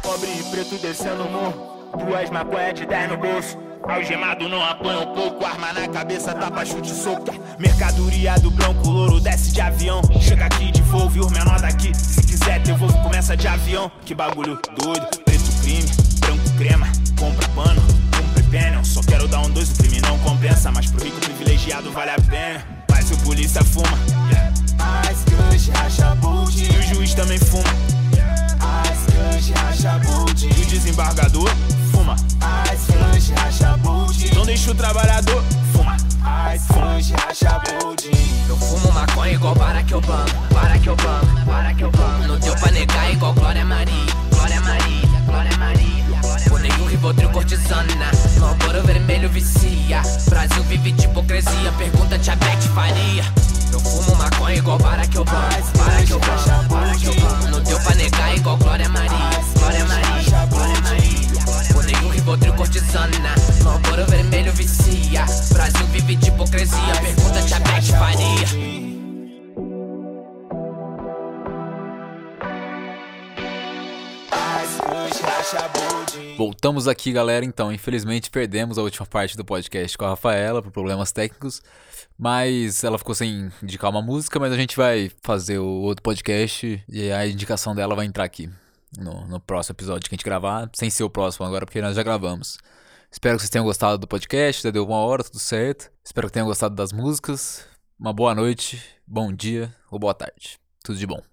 Pobre e preto descendo o morro Duas maconha de 10 no bolso Algemado não apanha um pouco Arma na cabeça, tapa, chute, soco Mercadoria do branco, louro desce de avião Chega aqui, devolve os menor daqui Se quiser, devolve, começa de avião Que bagulho doido, preto crime Branco crema, compra pano Compre pênel, só quero dar um dois O crime não compensa, mas pro rico privilegiado Vale a pena, mas o polícia fuma Ice Crush, racha boot E o juiz também fuma Ice Crush, racha boot E o desembargador fuma Ice Crush, racha boot Não deixa o trabalhador fuma Ice Crush, racha boot Eu fumo maconha igual Barack Obama, Barack Obama, Barack Obama. Não deu pra negar é igual Glória Maria, Glória Maria, Glória Maria. O negro ribotril cortisana, lamboro vermelho vicia. Brasil vive de hipocrisia, pergunta-te a Beth Faria. Eu fumo maconha igual Barack Obama, Barack Obama, Barack Obama. Não deu pra negar é igual Glória Maria, Glória Maria, Glória Maria. O negro um ribotril cortisana, lamboro vermelho vicia. Brasil vive de hipocrisia, pergunta-te a Beth Faria. Voltamos aqui, galera. Então, infelizmente perdemos a última parte do podcast com a Rafaela por problemas técnicos, mas ela ficou sem indicar uma música, mas a gente vai fazer o outro podcast e a indicação dela vai entrar aqui no, no próximo episódio que a gente gravar, sem ser o próximo agora, porque nós já gravamos. Espero que vocês tenham gostado do podcast. Já deu uma hora, tudo certo. Espero que tenham gostado das músicas. Uma boa noite, bom dia ou boa tarde. Tudo de bom.